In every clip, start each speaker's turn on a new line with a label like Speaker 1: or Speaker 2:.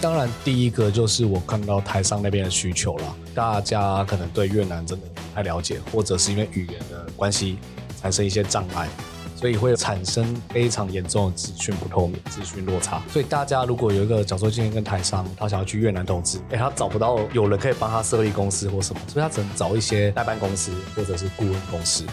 Speaker 1: 当然，第一个就是我看到台商那边的需求啦，大家可能对越南真的不太了解，或者是因为语言的关系产生一些障碍，所以会产生非常严重的资讯不透明、资讯落差。所以大家如果有一个，假如说今天跟台商，他想要去越南投资，哎，他找不到有人可以帮他设立公司或什么，所以他只能找一些代办公司或者是顾问公司。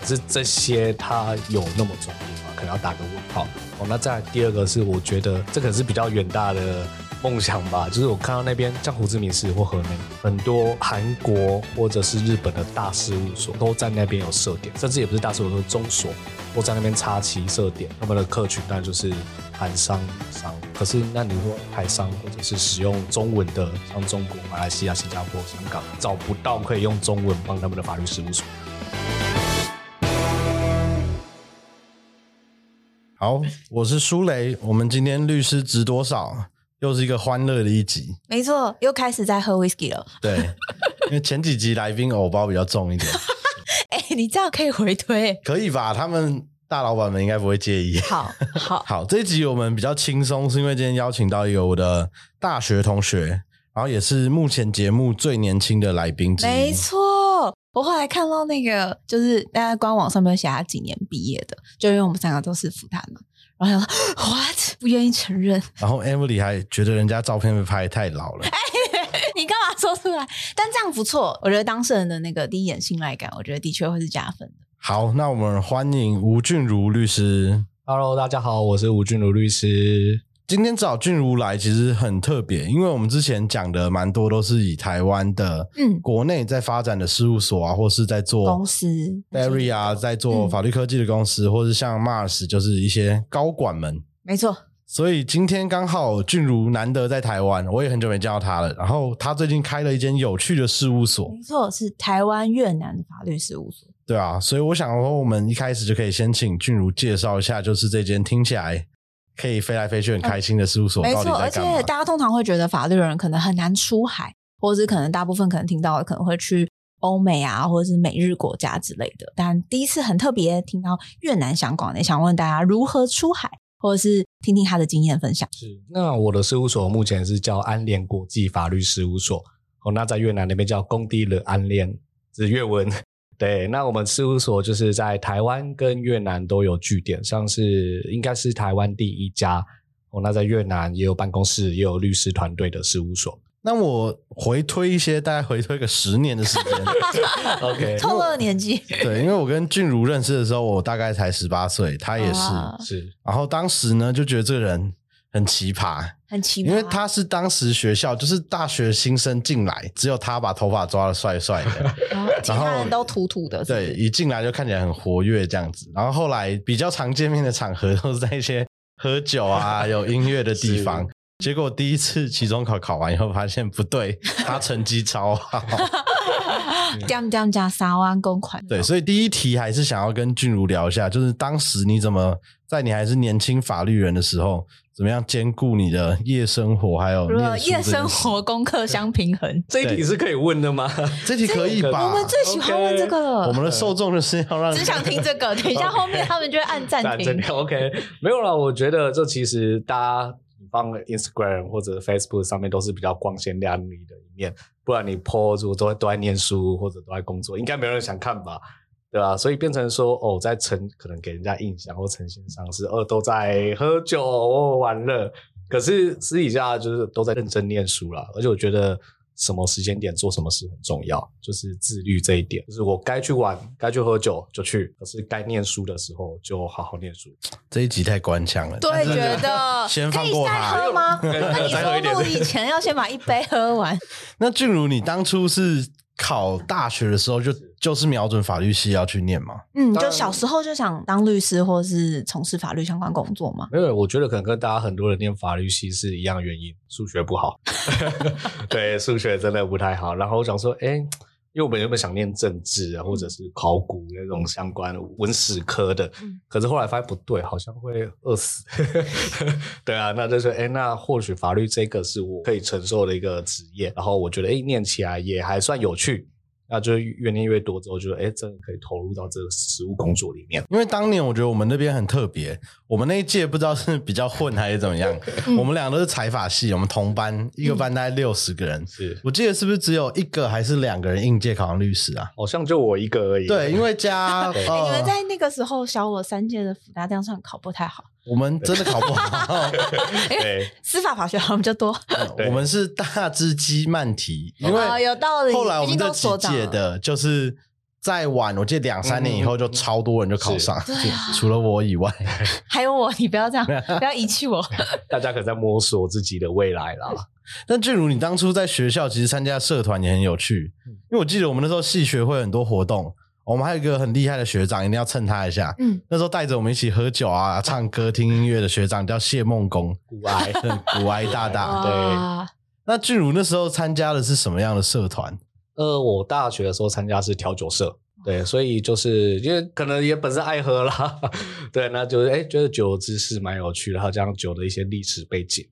Speaker 1: 可是这些他有那么专业吗？可能要打个问号。哦，那再来第二个是，我觉得这可是比较远大的梦想吧。就是我看到那边像胡志明市或河内，很多韩国或者是日本的大事务所都在那边有设点，甚至也不是大事务所，中所都在那边插旗设点。他们的客群当然就是韩商、日商。可是那你说台商或者是使用中文的，像中国、马来西亚、新加坡、香港，找不到可以用中文帮他们的法律事务所。
Speaker 2: 好，我是舒雷。我们今天律师值多少？又是一个欢乐的一集。
Speaker 3: 没错，又开始在喝 whisky 了。
Speaker 2: 对，因为前几集来宾偶包比较重一点，
Speaker 3: 哎、你这样可以回推。
Speaker 2: 可以吧？他们大老板们应该不会介意。
Speaker 3: 好 好，
Speaker 2: 好，这一集我们比较轻松，是因为今天邀请到一个我的大学同学，然后也是目前节目最年轻的来宾之一。
Speaker 3: 没错。我后来看到那个，就是大家官网上面有写他几年毕业的，就因为我们三个都是复旦嘛，然后想说 what 不愿意承认，
Speaker 2: 然后 Emily 还觉得人家照片被拍得太老了，
Speaker 3: 你干嘛说出来？但这样不错，我觉得当事人的那个第一眼信赖感，我觉得的确会是加分的。
Speaker 2: 好，那我们欢迎吴俊如律师。
Speaker 1: Hello，大家好，我是吴俊如律师。
Speaker 2: 今天找俊如来其实很特别，因为我们之前讲的蛮多都是以台湾的
Speaker 3: 嗯
Speaker 2: 国内在发展的事务所啊，或是在做
Speaker 3: 公司
Speaker 2: Barry 啊，在做
Speaker 3: 嗯
Speaker 2: 法律科技的公司，或是像 Mars 就是一些高管们。
Speaker 3: 没错，
Speaker 2: 所以今天刚好俊如难得在台湾，我也很久没见到他了。然后他最近开了一间有趣的事务所，
Speaker 3: 没错，是台湾越南的法律事务所。
Speaker 2: 对啊，所以我想说，我们一开始就可以先请俊如介绍一下，就是这间听起来可以飞来飞去很开心的事务所
Speaker 3: 嗯没
Speaker 2: 到
Speaker 3: 错，
Speaker 2: 底在
Speaker 3: 而且
Speaker 2: 干嘛？
Speaker 3: 大家通常会觉得法律人可能很难出海，或者是可能大部分可能听到的可能会去欧美啊，或者是美日国家之类的。但第一次很特别听到越南相关的，想问大家如何出海，或者是听听他的经验分享。
Speaker 1: 是，那我的事务所目前是叫安联国际法律事务所，哦，那在越南那边叫工地的安联，是越文。 对，那我们事务所就是在台湾跟越南都有据点，像是应该是台湾第一家，哦，那在越南也有办公室，也有律师团队的事务所。
Speaker 2: 那我回推一些，大概回推个十年的时间。
Speaker 1: OK，
Speaker 3: 透露年纪，
Speaker 2: 对，因为我跟俊如认识的时候，我大概才十八岁，他也是。
Speaker 3: 啊
Speaker 1: 是。
Speaker 2: 然后当时呢，就觉得这个人很奇葩，
Speaker 3: 很奇葩，
Speaker 2: 因为他是当时学校就是大学新生进来，只有他把头发抓的帅帅 的，
Speaker 3: 然后哦其他人都土土的，是不
Speaker 2: 对，
Speaker 3: 是，
Speaker 2: 一进来就看起来很活跃这样子。然后后来比较常见面的场合都是在一些喝酒啊、 有音乐的地方。结果第一次期中考考完以后，发现不对，他成绩超好。
Speaker 3: 这样这样加沙湾公款，哦
Speaker 2: 对，所以第一题还是想要跟俊如聊一下，就是当时你怎么在你还是年轻法律人的时候，怎么样兼顾你的夜生活还有
Speaker 3: 如何
Speaker 2: 念书
Speaker 3: 夜
Speaker 2: 这件
Speaker 3: 生
Speaker 2: 事？
Speaker 3: 活功课相平衡
Speaker 1: 这一题是可以问的吗？
Speaker 2: 这题可以吧？
Speaker 3: 我们最喜欢问这个了，
Speaker 2: 啊我们的受众就是要让
Speaker 3: 只想听这 个，等一下后面他们就会按暂
Speaker 1: 但
Speaker 3: 停
Speaker 1: 真。的 OK，没有啦，我觉得这其实大家放 Instagram 或者 Facebook 上面都是比较光鲜亮丽的一面，不然你 po 如果都在都在念书或者都在工作，应该没有人想看吧？对吧、所以变成说，哦，在呈可能给人家印象或呈现上是，哦，都在喝酒、哦、玩乐，可是私底下就是都在认真念书啦。而且我觉得什么时间点做什么事很重要，就是自律这一点。就是我该去玩、该去喝酒就去，可是该念书的时候就好好念书。
Speaker 2: 这一集太官腔了。
Speaker 3: 对，
Speaker 2: 但是
Speaker 3: 觉得
Speaker 2: 先
Speaker 3: 可
Speaker 2: 放
Speaker 3: 以
Speaker 2: 过
Speaker 3: 再
Speaker 2: 他
Speaker 3: 喝吗？
Speaker 1: 对
Speaker 3: 那你
Speaker 1: 再喝一
Speaker 3: 说
Speaker 1: 点
Speaker 3: 录以前要先把一杯喝完，
Speaker 2: 那俊如，你当初是考大学的时候就就是瞄准法律系要去念吗？
Speaker 3: 嗯，
Speaker 1: 当
Speaker 3: 就
Speaker 1: 然
Speaker 3: 小时候就想当律师或是从事法律相关工作嘛。
Speaker 1: 没有，我觉得可能跟大家很多人念法律系是一样的原因，数学不好。 对，数学真的不太好。然后我想说，哎、因为我们原本想念政治啊，或者是考古那种相关文史科的
Speaker 3: 嗯，
Speaker 1: 可是后来发现不对，好像会饿死。 对啊，那就是哎、诶那或许法律这个是我可以承受的一个职业，然后我觉得哎、诶念起来也还算有趣。那就越念越多之后，觉得哎，真的可以投入到这个实务工作里面。
Speaker 2: 因为当年我觉得我们那边很特别，我们那一届不知道是比较混还是怎么样，
Speaker 3: 嗯
Speaker 2: 我们俩都是财法系，我们同班，一个班大概六十个人，
Speaker 1: 是，
Speaker 2: 我记得是不是只有一个还是两个人应届考上律师啊？
Speaker 1: 好像就我一个而已。
Speaker 2: 对，因为 加
Speaker 1: 对
Speaker 3: 哎你们
Speaker 2: 呃，
Speaker 3: 在那个时候小我三届的辅大，这样算考不太好，
Speaker 2: 我们真的考不好，
Speaker 1: 对
Speaker 3: 司法法学好像比较多。
Speaker 1: 对
Speaker 2: 我们是大致基慢题，因
Speaker 3: 哦
Speaker 2: 为
Speaker 3: 有道理
Speaker 2: 后来我
Speaker 3: 毕
Speaker 2: 们
Speaker 3: 竟
Speaker 2: 这
Speaker 3: 都
Speaker 2: 几
Speaker 3: 所长
Speaker 2: 届的，就是再晚，我记得两三年
Speaker 1: 嗯
Speaker 2: 以后就超多人就考上，
Speaker 3: 对啊
Speaker 2: 除了我以外，
Speaker 3: 还有我， 你不要这样，不要遗弃 我。
Speaker 1: 大家可能在摸索自己的未来啦。
Speaker 2: 但俊如，你当初在学校其实参加社团也很有趣，
Speaker 1: 嗯
Speaker 2: 因为我记得我们那时候系学会很多活动，我们还有一个很厉害的学长，一定要蹭他一下。
Speaker 3: 嗯，
Speaker 2: 那时候带着我们一起喝酒啊、唱歌、听音乐的学长叫谢梦工，
Speaker 1: 古埃
Speaker 2: 很古埃大
Speaker 3: 啊
Speaker 2: 大。
Speaker 1: 对
Speaker 2: 啊
Speaker 3: 哇，
Speaker 2: 那俊如那时候参加的是什么样的社团？
Speaker 1: 呃，我大学的时候参加是调酒社，
Speaker 2: 哦
Speaker 1: 对，所以就是因为可能也本身爱喝啦， 对，那就是哎、诶觉得酒的知识蛮有趣的，还有加上酒的一些历史背景，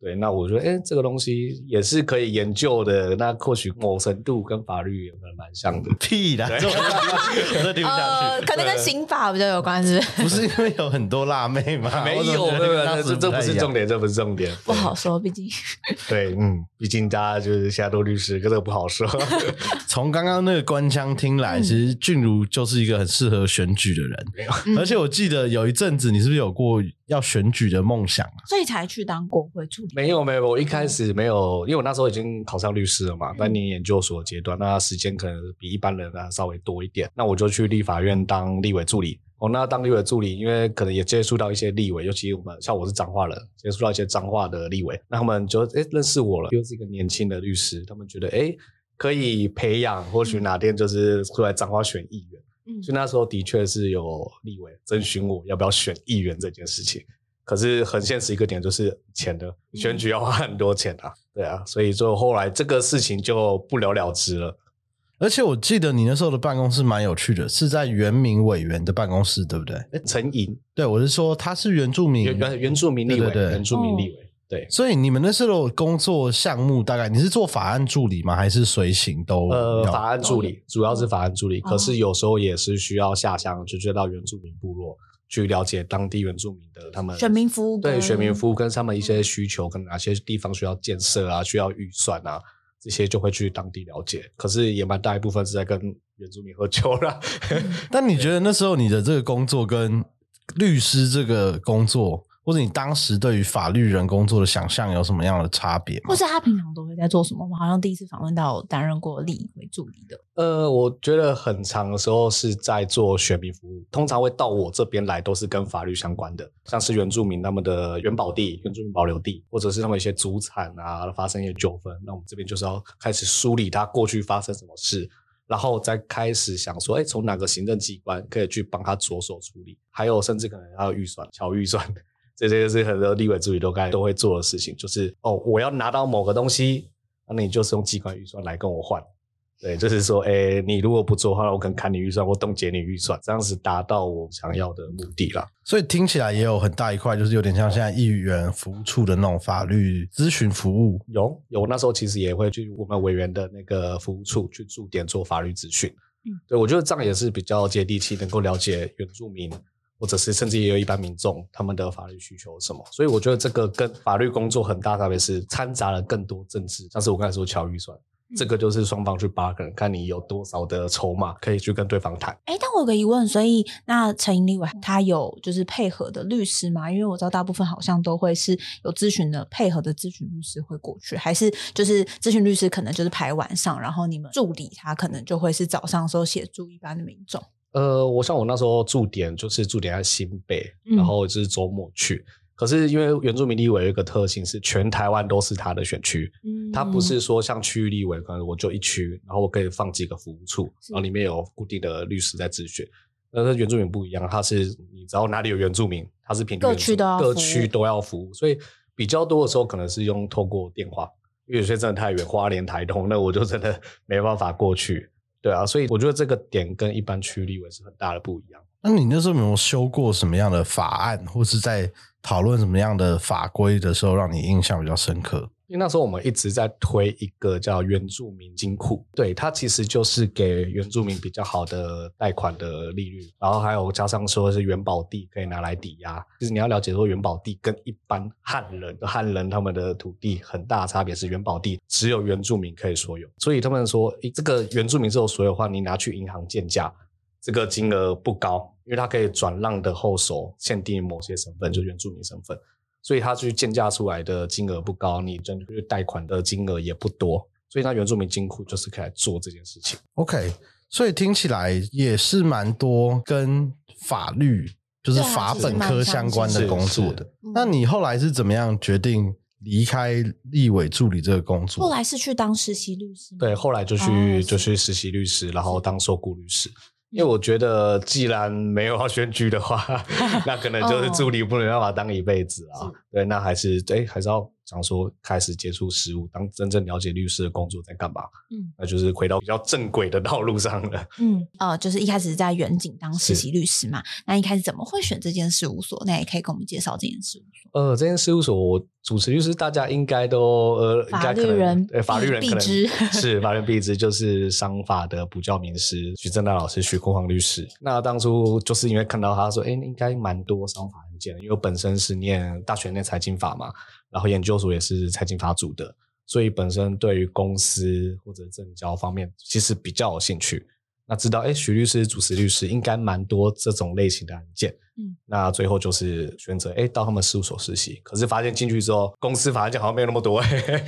Speaker 1: 对，那我觉得哎、诶这个东西也是可以研究的，那或许某程度跟法律有可能蛮像的，
Speaker 2: 屁啦，
Speaker 1: 对
Speaker 2: 这我这听不下
Speaker 3: 呃，
Speaker 2: 去。
Speaker 3: 可能跟刑法比较有关，是
Speaker 2: 不
Speaker 3: 不是？
Speaker 2: 是因为有很多辣妹吗？
Speaker 1: 没
Speaker 2: 啊我怎么
Speaker 1: 有，
Speaker 2: 觉
Speaker 1: 没有，没
Speaker 2: 得跟
Speaker 1: 有
Speaker 2: 当时
Speaker 1: 这这
Speaker 2: 太
Speaker 1: 不是
Speaker 2: 一样
Speaker 1: 重。点，这不是重点，
Speaker 3: 不好说，毕竟
Speaker 1: 对，嗯，毕竟大家就是现在都律师，跟这个不好说，
Speaker 2: 从刚刚那个官腔听来，
Speaker 3: 嗯
Speaker 2: 其实俊如就是一个很适合选举的人。
Speaker 3: 嗯
Speaker 2: 而且我记得有一阵子，你是不是有过要选举的梦想啊？
Speaker 3: 所以才去当国会助理。
Speaker 1: 没有没有，我一开始没有，因为我那时候已经考上律师了嘛，在念研究所阶段，那时间可能比一般人啊稍微多一点，那我就去立法院当立委助理。哦，那当立委助理，因为可能也接触到一些立委，尤其我们像我是彰化人，接触到一些彰化的立委，那他们就诶认识我了，又是一个年轻的律师，他们觉得诶可以培养，或许哪天就是出来彰化选议员。
Speaker 3: 嗯
Speaker 1: 所以那时候的确是有立委征询我要不要选议员这件事情，可是很现实一个点就是钱的选
Speaker 3: 嗯
Speaker 1: 举要花很多钱啊，对啊，所以就后来这个事情就不了了之了。
Speaker 2: 而且我记得你那时候的办公室蛮有趣的，是在原民委员的办公室，对不对？
Speaker 1: 诶哎陈颖
Speaker 2: 对，我是说他是原住民，
Speaker 3: 嗯
Speaker 1: 原原原住民立委，
Speaker 2: 对对对
Speaker 1: 原住民立
Speaker 3: 哦
Speaker 1: 委，对，
Speaker 2: 所以你们那时候的工作项目大概你是做法案助理吗？还是随行都
Speaker 1: 呃，
Speaker 2: 要
Speaker 1: 法案助理主要是法案助理，
Speaker 3: 哦
Speaker 1: 可是有时候也是需要下乡，就去到原住民部落去了解当地原住民的他
Speaker 2: 嗯
Speaker 1: 们
Speaker 3: 选民服务
Speaker 1: 对
Speaker 3: 跟
Speaker 1: 选民服务跟他们一些需求，跟哪些地方需要建设啊，需要预算啊，这些就会去当地了解。可是也蛮大一部分是在跟原住民喝酒啦。
Speaker 2: 但你觉得那时候你的这个工作跟律师这个工作，或者你当时对于法律人工作的想象有什么样的差别吗
Speaker 3: 或？是他平常都会在做什么？我好像第一次访问到有担任过立委助理的，
Speaker 1: 呃，我觉得很长的时候是在做选民服务，通常会到我这边来都是跟法律相关的，像是原住民他们的原保地、原住民保留地，或者是他们一些祖产啊发生一些纠纷，那我们这边就是要开始梳理他过去发生什么事，然后再开始想说，哎，从哪个行政机关可以去帮他着手处理，还有甚至可能还有预算、调预算， 这些是很多立委助理都该都会做的事情，就是哦，我要拿到某个东西，那你就是用机关预算来跟我换。对，就是说，哎、你如果不做的话，我可能砍你预算或冻结你预算，这样子达到我想要的目的啦。
Speaker 2: 所以听起来也有很大一块，就是有点像现在议员服务处的那种法律咨询服务。
Speaker 1: 有有，那时候其实也会去我们委员的那个服务处去驻点做法律咨询。
Speaker 3: 嗯，
Speaker 1: 对我觉得这样也是比较接地气，能够了解原住民或者是甚至也有一般民众他们的法律需求是什么。所以我觉得这个跟法律工作很大差别是掺杂了更多政治，像是我刚才说乔预算，这个就是双方去 bargain，看你有多少的筹码可以去跟对方谈。
Speaker 3: 哎，但我有个疑问，所以那陈盈立委他有就是配合的律师吗？因为我知道大部分好像都会是有咨询的配合的咨询律师会过去，还是就是咨询律师可能就是排晚上，然后你们助理他可能就会是早上的时候协助一般的民众。
Speaker 1: 呃，我像我那时候驻点就是驻点在新北，
Speaker 3: 嗯
Speaker 1: 然后就是周末去。可是因为原住民立委有一个特性是，全台湾都是他的选区，
Speaker 3: 嗯
Speaker 1: 它不是说像区域立委，可能我就一区，然后我可以放几个服务处，
Speaker 3: 是
Speaker 1: 然后里面有固定的律师在咨询。但是原住民不一样，它是你只要哪里有原住民，它是平均
Speaker 3: 各
Speaker 1: 原住
Speaker 3: 区都要
Speaker 1: 各
Speaker 3: 服务
Speaker 1: 区都要服务，所以比较多的时候可能是用透过电话，因为有些真的太远，花莲、台东，那我就真的 没办法过去。对啊，所以我觉得这个点跟一般区立委是很大的不一样。
Speaker 2: 那你那时候有没有修过什么样的法案，或是在讨论什么样的法规的时候，让你印象比较深刻？
Speaker 1: 因为那时候我们一直在推一个叫原住民金库，对它其实就是给原住民比较好的贷款的利率，然后还有加上说是元宝地可以拿来抵押。就是你要了解说元宝地跟一般汉人汉人他们的土地很大的差别是元宝地只有原住民可以所有，所以他们说诶这个原住民只有所有的话，你拿去银行建价，这个金额不高，因为它可以转让的后手限定某些身份，就是原住民身份。所以他去建价出来的金额不高，你真的去贷款的金额也不多，所以那原住民金库就是可以来做这件事情。
Speaker 2: OK，所以听起来也是蛮多跟法律就是
Speaker 3: 对啊
Speaker 2: 法
Speaker 3: 其实
Speaker 2: 本
Speaker 3: 蛮
Speaker 2: 科
Speaker 3: 相
Speaker 2: 相
Speaker 3: 近
Speaker 2: 关的
Speaker 1: 是
Speaker 2: 工作
Speaker 1: 是
Speaker 2: 的。
Speaker 3: 嗯
Speaker 2: 那你后来是怎么样决定离开立委助理这个工
Speaker 3: 后
Speaker 2: 作？
Speaker 3: 来是去当实习律师吗，
Speaker 1: 对，后来就去、
Speaker 3: 哦
Speaker 1: 就去实习律师，然后当受雇律师。因
Speaker 3: 嗯
Speaker 1: 为我觉得，既然没有要选举的 话，那可能就是助理不能办法当一辈子啊。
Speaker 3: 哦是
Speaker 1: 对，那还是哎，还是要想说开始接触实务，当真正了解律师的工作在干嘛，
Speaker 3: 嗯
Speaker 1: 那就是回到比较正轨的道路上了。
Speaker 3: 嗯呃，就是一开始在远景当实
Speaker 1: 是
Speaker 3: 习律师嘛，那一开始怎么会选这间事务所？那也可以跟我们介绍这件事务所。
Speaker 1: 呃，这间事务所我主持律师，大家应该都呃，应
Speaker 3: 法
Speaker 1: 该
Speaker 3: 律
Speaker 1: 可能
Speaker 3: 人
Speaker 1: 呃，法
Speaker 3: 必
Speaker 1: 律人
Speaker 3: 必
Speaker 1: 可能
Speaker 3: 知
Speaker 1: 是法律人必知，就是商法的补教名师徐正大老师，徐坤煌律师。那当初就是因为看到他说，哎，应该蛮多商法案件的，因为我本身是念大学念财经法嘛，然后研究所也是财经法组的，所以本身对于公司或者证交方面其实比较有兴趣。那知道，哎，徐律师、主持律师应该蛮多这种类型的案件。那最后就是选择哎到他们事务所实习，可是发现进去之后，公司法案件好像没有那么多 哎、嘿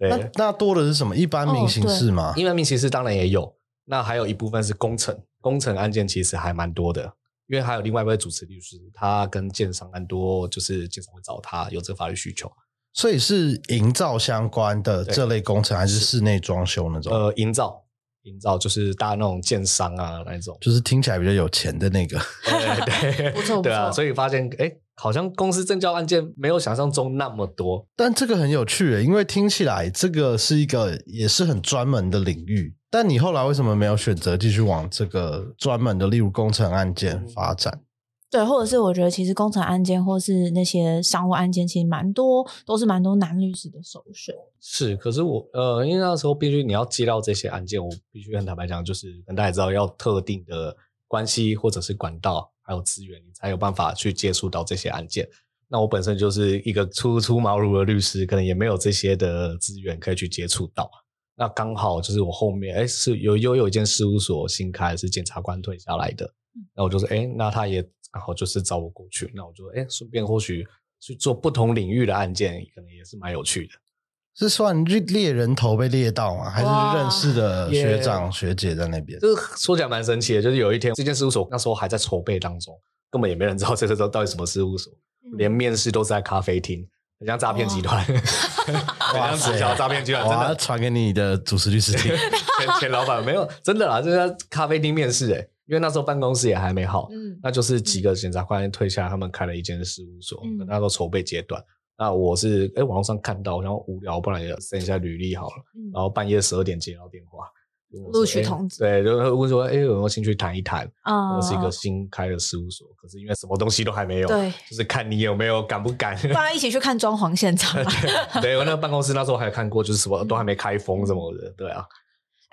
Speaker 2: 那
Speaker 1: 对，
Speaker 2: 那多的是什么？一般
Speaker 3: 哦
Speaker 2: 民刑事吗？
Speaker 1: 因为民其实当然也有，那还有一部分是工程，工程案件其实还蛮多的，因为还有另外一位主持律师，他跟建商蛮多，就是建商会找他有这个法律需求，
Speaker 2: 所以是营造相关的
Speaker 1: 对
Speaker 2: 这类工程，还是室内装修那种？
Speaker 1: 呃，营造。营造就是大家那种建商啊那一种，
Speaker 2: 就是听起来比较有钱的那个。
Speaker 1: 对对，
Speaker 3: 不错不
Speaker 1: 对啊，
Speaker 3: 错
Speaker 1: 所以发现哎，好像公司证交案件没有想象中那么多，
Speaker 2: 但这个很有趣欸耶，因为听起来这个是一个也是很专门的领域。但你后来为什么没有选择继续往这个专门的，例如工程案
Speaker 1: 嗯
Speaker 2: 件发展？
Speaker 3: 对，或者是我觉得其实工程案件或是那些商务案件，其实蛮多都是蛮多男律师的首选。
Speaker 1: 是，可是我呃，因为那时候必须你要接到这些案件，我必须很坦白讲，就是跟大家也知道要特定的关系或者是管道，还有资源，你才有办法去接触到这些案件。那我本身就是一个初出茅庐的律师，可能也没有这些的资源可以去接触到。那刚好就是我后面哎是有又有一间事务所新开，是检察官退下来的，那我就说哎，那他也刚好就是找我过去，那我就哎顺便或许去做不同领域的案件，可能也是蛮有趣的。
Speaker 2: 是算猎猎人头被猎到吗？还
Speaker 3: 哇
Speaker 2: 是认识的学长
Speaker 1: Yeah
Speaker 2: 学姐在那边？
Speaker 1: 就是说起来蛮神奇的，就是有一天这间事务所那时候还在筹备当中，根本也没人知道这个时候到底什么事务所，连
Speaker 3: 嗯
Speaker 1: 面试都是在咖啡厅，很像诈骗集团，很像直销诈骗集团，真
Speaker 2: 哇，
Speaker 1: 的
Speaker 2: 传给你的主持律师听。
Speaker 1: 前前老板没有真的啦，就是在咖啡厅面试诶、因为那时候办公室也还没好，
Speaker 3: 嗯
Speaker 1: 那就是几个检察官退下来，他们开了一间事务所，
Speaker 3: 嗯
Speaker 1: 那那时候筹备阶段。那我是哎、网络上看到，然后无聊，不然也剩一下履历好了。
Speaker 3: 嗯
Speaker 1: 然后半夜十二点接到电话，跟我说
Speaker 3: 录取
Speaker 1: 诶
Speaker 3: 通知
Speaker 1: 对，然后问说，哎，有没有兴趣谈一谈？
Speaker 3: 啊
Speaker 1: 那是一个新开的事务所，可是因为什么东西都还没有，
Speaker 3: 对
Speaker 1: 就是看你有没有敢不敢。
Speaker 3: 不然一起去看装潢现场吧。啊
Speaker 1: 对，我那个办公室那时候还有看过，就是什么都还没开封什么的，对啊。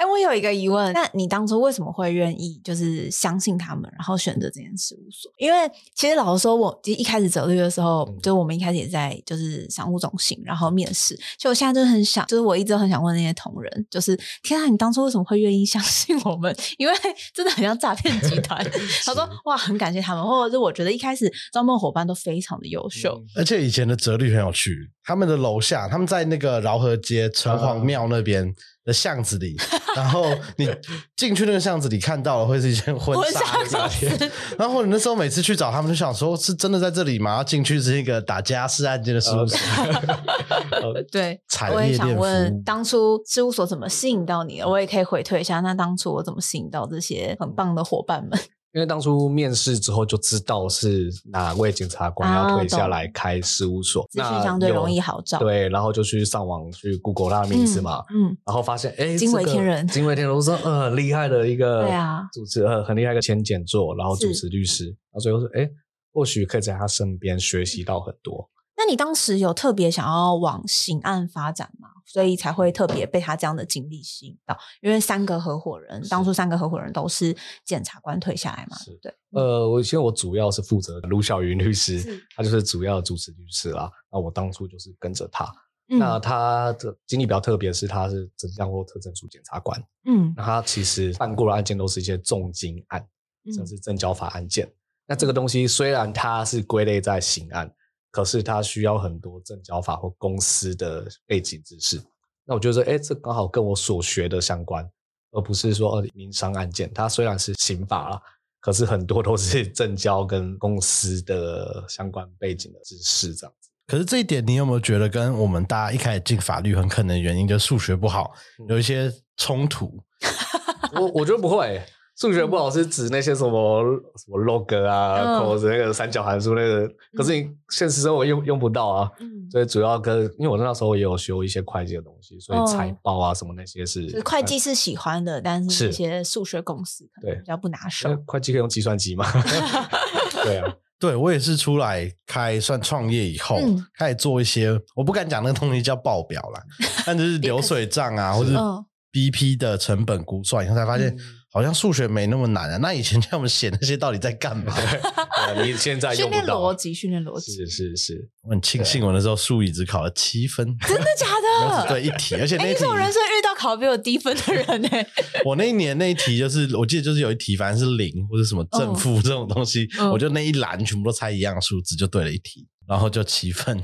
Speaker 3: 哎、我有一个疑问，那你当初为什么会愿意就是相信他们，然后选择这间事务所？因为其实老实说，我其实一开始择律的时候，
Speaker 1: 嗯
Speaker 3: 就是我们一开始也在就是商务中心，然后面试。就我现在就是很想，就是我一直很想问那些同仁，就是天啊，你当初为什么会愿意相信我们？ 因为真的很像诈骗集团。他说哇，很感谢他们，或者是我觉得一开始招募伙伴都非常的优秀。
Speaker 1: 嗯
Speaker 2: 而且以前的哲律很有趣，他们的楼下，他们在那个饶河街城隍庙那边的巷子 里，然后你进去那个巷子里看到的会是一间婚
Speaker 3: 婚
Speaker 2: 纱
Speaker 3: 纱公司，
Speaker 2: 然后你那时候每次去找他们，就想说是真的在这里吗？进去是一个打家事案件的事务所，
Speaker 3: 对，
Speaker 2: 产
Speaker 3: 哦我也
Speaker 2: 业
Speaker 3: 想
Speaker 2: 链服务
Speaker 3: 问，当初事务所怎么吸引到你的？我也可以回退一下，那当初我怎么吸引到这些很棒的伙伴们？
Speaker 1: 因为当初面试之后就知道是哪位检察官要退下来开事务所，
Speaker 3: 啊资讯
Speaker 1: 那
Speaker 3: 相对
Speaker 1: 有
Speaker 3: 容易好找。
Speaker 1: 对，然后就去上网去 Google 他的名字嘛，
Speaker 3: 嗯，
Speaker 1: 然后发现哎，
Speaker 3: 惊为
Speaker 1: 这个
Speaker 3: 天人
Speaker 1: 惊为天人，我说呃很厉害的一个
Speaker 3: 对啊
Speaker 1: 主持呃很厉害一个前检座，然后主
Speaker 3: 是
Speaker 1: 持律师，然后最后说哎，或许可以在他身边学习到很多。
Speaker 3: 那你当时有特别想要往刑案发展吗？所以才会特别被他这样的经历吸引到，因为三个合伙人
Speaker 1: 是
Speaker 3: 当初三个合伙人都是检察官退下来嘛，
Speaker 1: 是
Speaker 3: 对不对？
Speaker 1: 呃，我现在我主要是负责卢小云律师
Speaker 3: 是，
Speaker 1: 他就是主要的主持律师啦。那我当初就是跟着他。
Speaker 3: 嗯
Speaker 1: 那他的经历比较特别，是他是真相或特侦署检察官，
Speaker 3: 嗯
Speaker 1: 那他其实办过的案件都是一些重金案，
Speaker 3: 嗯
Speaker 1: 甚至证交法案件。那这个东西虽然它是归类在刑案，可是它需要很多证交法或公司的背景知识。那我觉得，哎，这刚好跟我所学的相关，而不是说呃民商案件。它虽然是刑法啦，可是很多都是 证交跟公司的相关背景的知识这样子。
Speaker 2: 可是这一点，你有没有觉得跟我们大家一开始进法律很可能的原因就是数学不好
Speaker 1: 嗯
Speaker 2: 有一些冲突？
Speaker 1: 我我觉得不会。数学不好是指那些什么什么 log 啊、
Speaker 3: 嗯
Speaker 1: cos 那个三角函数那个，可是你现实生活用用不到啊。
Speaker 3: 嗯，
Speaker 1: 所以主要跟，因为我那时候也有修一些会计的东西，所以财报啊什么那些是、
Speaker 3: 嗯就是会计是喜欢的，但是
Speaker 1: 是
Speaker 3: 这些数学公式可能
Speaker 1: 对
Speaker 3: 比较不拿
Speaker 1: 呃，
Speaker 3: 手。
Speaker 1: 会计可以用计算机嘛？ 对啊，
Speaker 2: 对我也是出来开算创业以后，
Speaker 3: 嗯
Speaker 2: 开始做一些我不敢讲那个东西叫报表啦，但就是流水账啊，或是
Speaker 3: 嗯
Speaker 2: BP 的成本估算以后才发现
Speaker 1: 嗯，
Speaker 2: 好像数学没那么难啊。那以前叫 我们写那些到底在干嘛？
Speaker 1: 呃你现在
Speaker 3: 训
Speaker 1: 用
Speaker 3: 练
Speaker 1: 不
Speaker 3: 逻
Speaker 1: 到，啊
Speaker 3: 辑，训练逻辑
Speaker 1: 是，是是，
Speaker 2: 我很庆幸我那时候数椅子考了七分，
Speaker 3: 真的假
Speaker 2: 然后
Speaker 3: 的？
Speaker 2: 只对一题，而且
Speaker 3: 哎、
Speaker 2: 那一
Speaker 3: 你
Speaker 2: 题
Speaker 3: 是我人生遇到考比我低分的人呢、
Speaker 2: 我那一年那一题就是，我记得就是有一题，反正是零或者什么正
Speaker 1: 哦
Speaker 2: 负这种东西，
Speaker 3: 嗯
Speaker 2: 我就那一栏全部都猜一样的数字，就对了一题，然后就七分。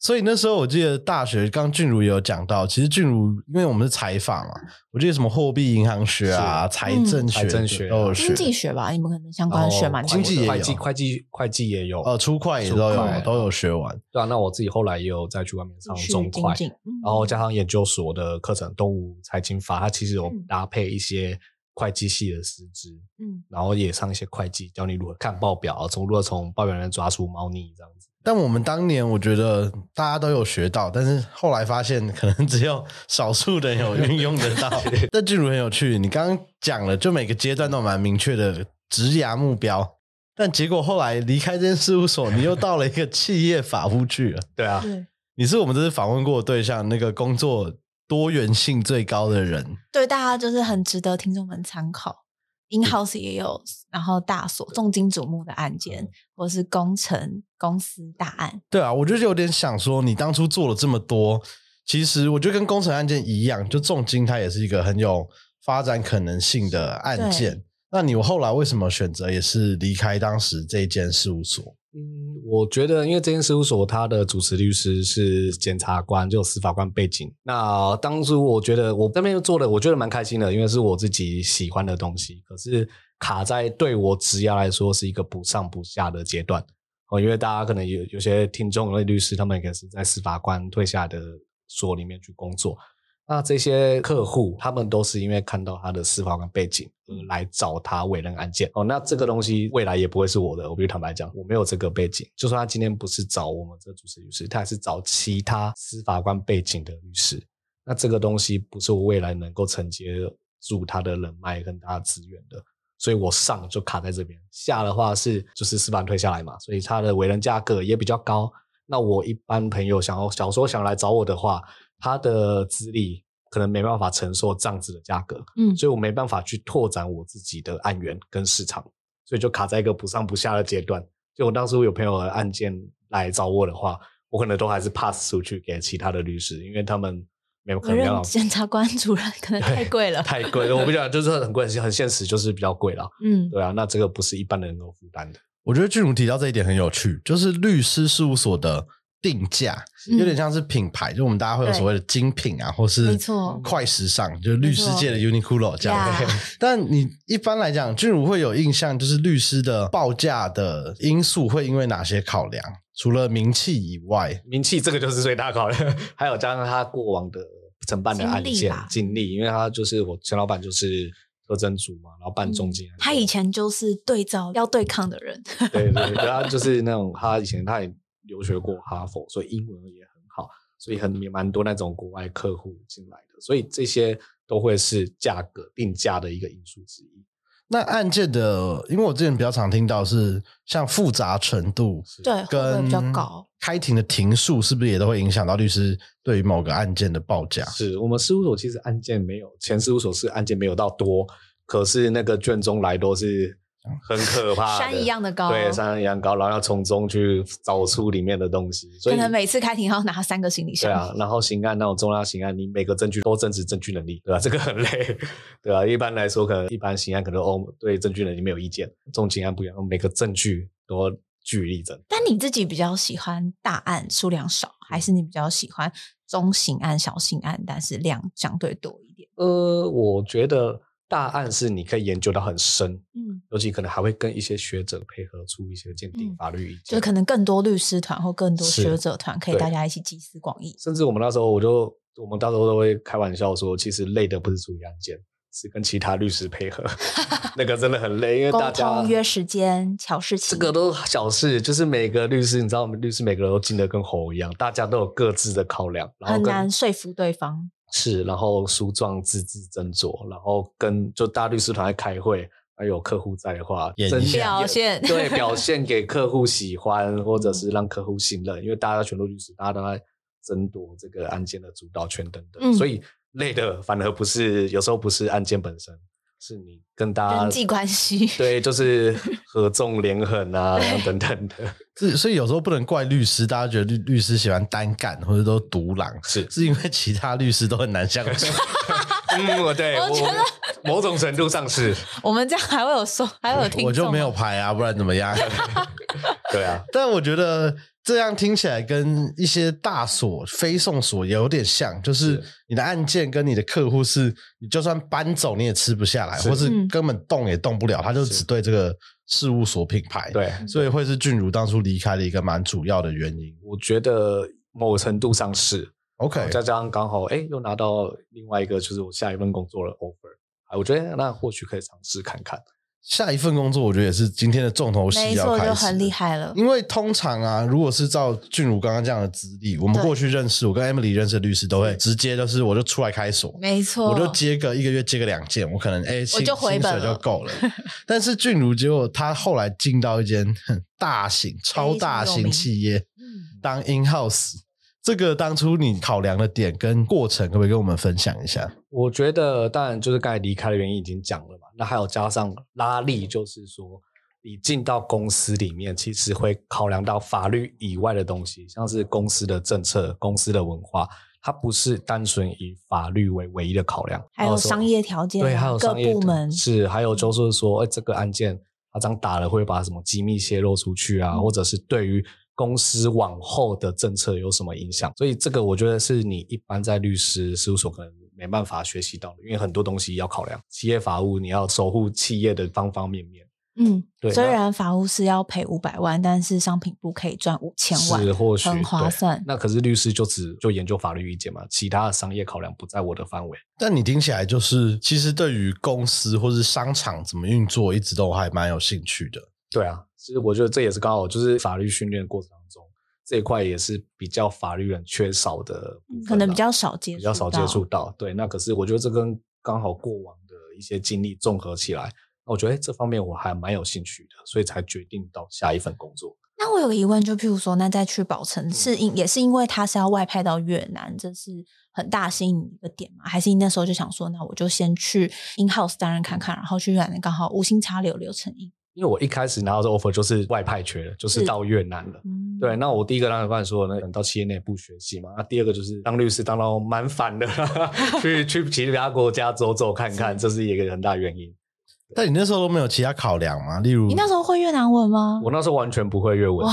Speaker 2: 所以那时候我记得大学刚俊如也有讲到，其实俊如因为我们是财法嘛，我记得什么货币银行学啊、财政学、
Speaker 1: 财政学啊
Speaker 2: 都有
Speaker 3: 经
Speaker 2: 学，
Speaker 3: 济学吧，你们可能相关学蛮
Speaker 1: 然后
Speaker 2: 经
Speaker 3: 多的。哦
Speaker 2: 济也有
Speaker 1: 会计会计会计也有，
Speaker 2: 呃，出会也都
Speaker 1: 初啊
Speaker 2: 有
Speaker 1: 会
Speaker 2: 都有学完。
Speaker 1: 对啊。那我自己后来也有再去外面上
Speaker 3: 去
Speaker 1: 中
Speaker 3: 精
Speaker 1: 会，
Speaker 3: 进，嗯
Speaker 1: 然后加上研究所的课程《动物财经法》，它其实有
Speaker 3: 嗯
Speaker 1: 搭配一些会计系的师资，
Speaker 3: 嗯
Speaker 1: 然后也上一些会计，教你如何看报表，啊从如何从报表里面抓出猫腻这样子。
Speaker 2: 但我们当年我觉得大家都有学到，但是后来发现可能只有少数人有运用得到。但巨乳很有趣，你刚刚讲了，就每个阶段都有蛮明确的职涯目标，但结果后来离开这间事务所，你又到了一个企业法务去了。
Speaker 1: 对啊，
Speaker 3: 对
Speaker 2: 你是我们这次访问过的对象，那个工作多元性最高的人。
Speaker 3: 对，大家就是很值得听众们参考。In house 也有，然后大所重金瞩目的案件，或是工程公司大案，
Speaker 2: 对啊，我就有点想说，你当初做了这么多，其实我觉得跟工程案件一样，就重金它也是一个很有发展可能性的案件。那你后来为什么选择也是离开当时这一间事务所？
Speaker 1: 嗯，我觉得，因为这间事务所它的主持律师是检察官，就有司法官背景。那当初我觉得我那边做的，我觉得蛮开心的，因为是我自己喜欢的东西。可是卡在对我职业来说是一个不上不下的阶段哦，因为大家可能有有些听众、有些律师，他们也是在司法官退下的所里面去工作。那这些客户，他们都是因为看到他的司法官背景而来找他委任案件哦。那这个东西未来也不会是我的，我必须坦白讲，我没有这个背景。就算他今天不是找我们这个主持律师，他还是找其他司法官背景的律师。那这个东西不是我未来能够承接住他的人脉跟他的资源的，所以我上就卡在这边，下的话是就是司法官退下来嘛，所以他的委任价格也比较高。那我一般朋友想要小时候想来找我的话，他的资历可能没办法承受这样子的价格，
Speaker 3: 嗯
Speaker 1: 所以我没办法去拓展我自己的案源跟市场，所以就卡在一个不上不下的阶段。就我当时有朋友的案件来找我的话，我可能都还是 pass 出去给其他的律师，因为他们没有可
Speaker 3: 我
Speaker 1: 能没
Speaker 3: 认
Speaker 1: 有
Speaker 3: 检察官主任可能太贵 了，
Speaker 1: 太贵了。我不讲，就是很贵，很现实，就是比较贵啦。
Speaker 3: 嗯，
Speaker 1: 对啊，那这个不是一般人能够负担的。
Speaker 2: 我觉得俊如提到这一点很有趣，就是律师事务所的定价
Speaker 3: 嗯
Speaker 2: 有点像是品牌，就我们大家会有所谓的精品啊，或是
Speaker 3: 没错
Speaker 2: 快时尚，就是律师界的 Uniqlo 这样。
Speaker 3: 呀
Speaker 2: 但你一般来讲，俊如会有印象，就是律师的报价的因素会因为哪些考量？除了名气以外，
Speaker 1: 名气这个就是最大考量， 还有加上他过往的承办的案
Speaker 3: 经历
Speaker 1: 件
Speaker 3: 吧
Speaker 1: 经历，因为他就是我前老板就是特征组嘛，然后办中间、
Speaker 3: 嗯他以前就是对照要对抗的人，
Speaker 1: 对对对，他就是那种他以前他也留学过哈佛，所以英文也很好，所以很也蛮多那种国外客户进来的，所以这些都会是价格定价的一个因素之一。
Speaker 2: 那案件的，因为我之前比较常听到是像复杂程度
Speaker 3: 对，会不会
Speaker 2: 跟
Speaker 3: 比较高。
Speaker 2: 开庭的庭数是不是也都会影响到律师对于某个案件的报价？
Speaker 1: 是我们事务所其实案件没有，前事务所是案件没有到多，可是那个卷宗来都是很可怕的，
Speaker 3: 山一样的高
Speaker 1: 啊对，山一样高，然后要从中去找出里面的东西，所以
Speaker 3: 可能每次开庭要拿三个行李
Speaker 1: 对
Speaker 3: 箱，
Speaker 1: 啊，然后刑案那种重大刑案，你每个证据都证实证据能力，对啊吧、这个很累， 对吧、一般来说，可能一般刑案可能哦对证据能力没有意见，重刑案不一样，每个证据都要据理力争。
Speaker 3: 但你自己比较喜欢大案数量少，
Speaker 1: 嗯
Speaker 3: 还是你比较喜欢中型案、小型案，但是量相对多一点？
Speaker 1: 呃，我觉得大案是你可以研究到很深，
Speaker 3: 嗯，
Speaker 1: 尤其可能还会跟一些学者配合出一些鉴定
Speaker 3: 嗯
Speaker 1: 法律意
Speaker 3: 就
Speaker 1: 见。
Speaker 3: 是可能更多律师团或更多
Speaker 1: 是
Speaker 3: 学者团可以
Speaker 1: 对
Speaker 3: 大家一起集思广益。
Speaker 1: 甚至我们那时候，我就我们到时候都会开玩笑说，其实累的不是处理案件，是跟其他律师配 合， 那个真的很累，因为
Speaker 3: 沟
Speaker 1: 大家
Speaker 3: 通、约时间、巧事情，
Speaker 1: 这个都小事，就是每个律师，你知道，我们律师每个人都进得跟猴一样，大家都有各自的考量，然后
Speaker 3: 很
Speaker 1: 跟
Speaker 3: 难说服对方。
Speaker 1: 是，然后诉状字字斟酌，然后跟就大律师团在开会，还有客户在的话，
Speaker 2: 演一
Speaker 1: 真
Speaker 2: 下
Speaker 3: 表现嗯
Speaker 1: 对 表现给客户喜欢，或者是让客户信任，因为大家全都律师，大家都在争夺这个案件的主导权等等，
Speaker 3: 嗯
Speaker 1: 所以累的反而不是有时候不是案件本身，是你跟大家
Speaker 3: 人际关系
Speaker 1: 对，啊 就是合纵连横啊等等的。
Speaker 2: 是，所以有时候不能怪律师，大家觉得律律师喜欢单干或者都独狼，
Speaker 1: 是
Speaker 2: 是因为其他律师都很难相 处。
Speaker 1: 嗯，我对
Speaker 3: 我觉
Speaker 1: 得某种程度上是，
Speaker 3: 我们这样还会 有说，还会有听众吗，
Speaker 2: 我就没有拍啊，不然怎么样？
Speaker 1: 对啊，
Speaker 2: 但我觉得这样听起来跟一些大所、非送所有点像，就是
Speaker 1: 是
Speaker 2: 你的案件跟你的客户是，你就算搬走你也吃不下来，
Speaker 1: 是
Speaker 2: 或是
Speaker 3: 嗯
Speaker 2: 根本动也动不了，他就只对这个事务所品牌。，
Speaker 1: 对，
Speaker 2: 所以会是俊如当初离开的一个蛮主要的原因。
Speaker 1: 我觉得某程度上是，
Speaker 2: OK，
Speaker 1: 再加上刚好哎又拿到另外一个就是我下一份工作的 offer，啊，我觉得那或许可以尝试看看。
Speaker 2: 下一份工作我觉得也是今天的重头戏
Speaker 3: 没
Speaker 2: 要
Speaker 3: 错，
Speaker 2: 开始，
Speaker 3: 就很厉。害了。
Speaker 2: 因为通常啊，如果是照俊如刚刚这样的资历，我们
Speaker 3: 对嗯
Speaker 2: 过去认识，我跟 Emily 认识的律师都会直接就是我就出来开锁，
Speaker 3: 没错，
Speaker 2: 我就接个一个月接个两件，我可能哎，薪
Speaker 3: 哦就回
Speaker 2: 薪
Speaker 3: 本
Speaker 2: 水就
Speaker 3: 了
Speaker 2: 够了。 但是俊如结果他后来进到一间很大型、超大
Speaker 3: 有
Speaker 2: 型
Speaker 3: 名
Speaker 2: 企业
Speaker 1: 哦
Speaker 3: 嗯
Speaker 2: 当 in house，这个当初你考量的点跟过程，可不可以跟我们分享一下？
Speaker 1: 我觉得当然就是刚才离开的原因已经讲了嘛，那还有加上拉力，就是说你进到公司里面，其实会考量到法律以外的东西，像是公司的政策、公司的文化，它不是单纯以法律为唯一的考量，
Speaker 3: 还有
Speaker 1: 说
Speaker 3: 商业条件啊，
Speaker 1: 对，还有
Speaker 3: 各
Speaker 1: 商业
Speaker 3: 部
Speaker 1: 的
Speaker 3: 门嗯
Speaker 1: 是，还有就是说，哎，这个案件他这样打了，会把什么机密泄露出去啊，
Speaker 3: 嗯
Speaker 1: 或者是对于公司往后的政策有什么影响？所以这个我觉得是你一般在律师事务所可能没办法学习到的，因为很多东西要考量，企业法务你要守护企业的方方面面，
Speaker 3: 嗯，
Speaker 1: 对
Speaker 3: 虽
Speaker 1: 那
Speaker 3: 然法务是要赔五百万，但是商品部可以赚五千万
Speaker 1: 是，或许
Speaker 3: 很划
Speaker 1: 对
Speaker 3: 算
Speaker 1: 那可是律师就只就研究法律意见嘛，其他的商业考量不在我的范围。
Speaker 2: 但你听起来就是，其实对于公司或是商场怎么运作，一直都还蛮有兴趣的。
Speaker 1: 对啊，其实我觉得这也是刚好就是法律训练的过程当中这一块也是比较法律人缺少的部分啦，
Speaker 3: 嗯可能比较少接触，
Speaker 1: 比较少接触。到。对，那可是我觉得这跟刚好过往的一些经历综合起来，那我觉得这方面我还蛮有兴趣的，所以才决定到下一份工作。
Speaker 3: 那我有个疑问，就譬如说，那再去宝
Speaker 1: 嗯
Speaker 3: 城是因也是因为它是要外派到越南，这是很大吸引你一个点嘛？还是你那时候就想说，那我就先去 in house 担任看看，然后去越南刚好无心插柳柳成荫。
Speaker 1: 因为我一开始拿到这 offer 就是外派缺的，就是
Speaker 3: 是
Speaker 1: 到越南了。
Speaker 3: 嗯，
Speaker 1: 对，那我第一个当然刚才说的，那等到企业内部学习嘛。那第二个就是当律师当到蛮烦的， 去去其他国家走走看看，这是一个很大原因。
Speaker 2: 但你那时候都没有其他考量吗？例如，
Speaker 3: 你那时候会越南文吗？
Speaker 1: 我那时候完全不会越文
Speaker 3: 哇，，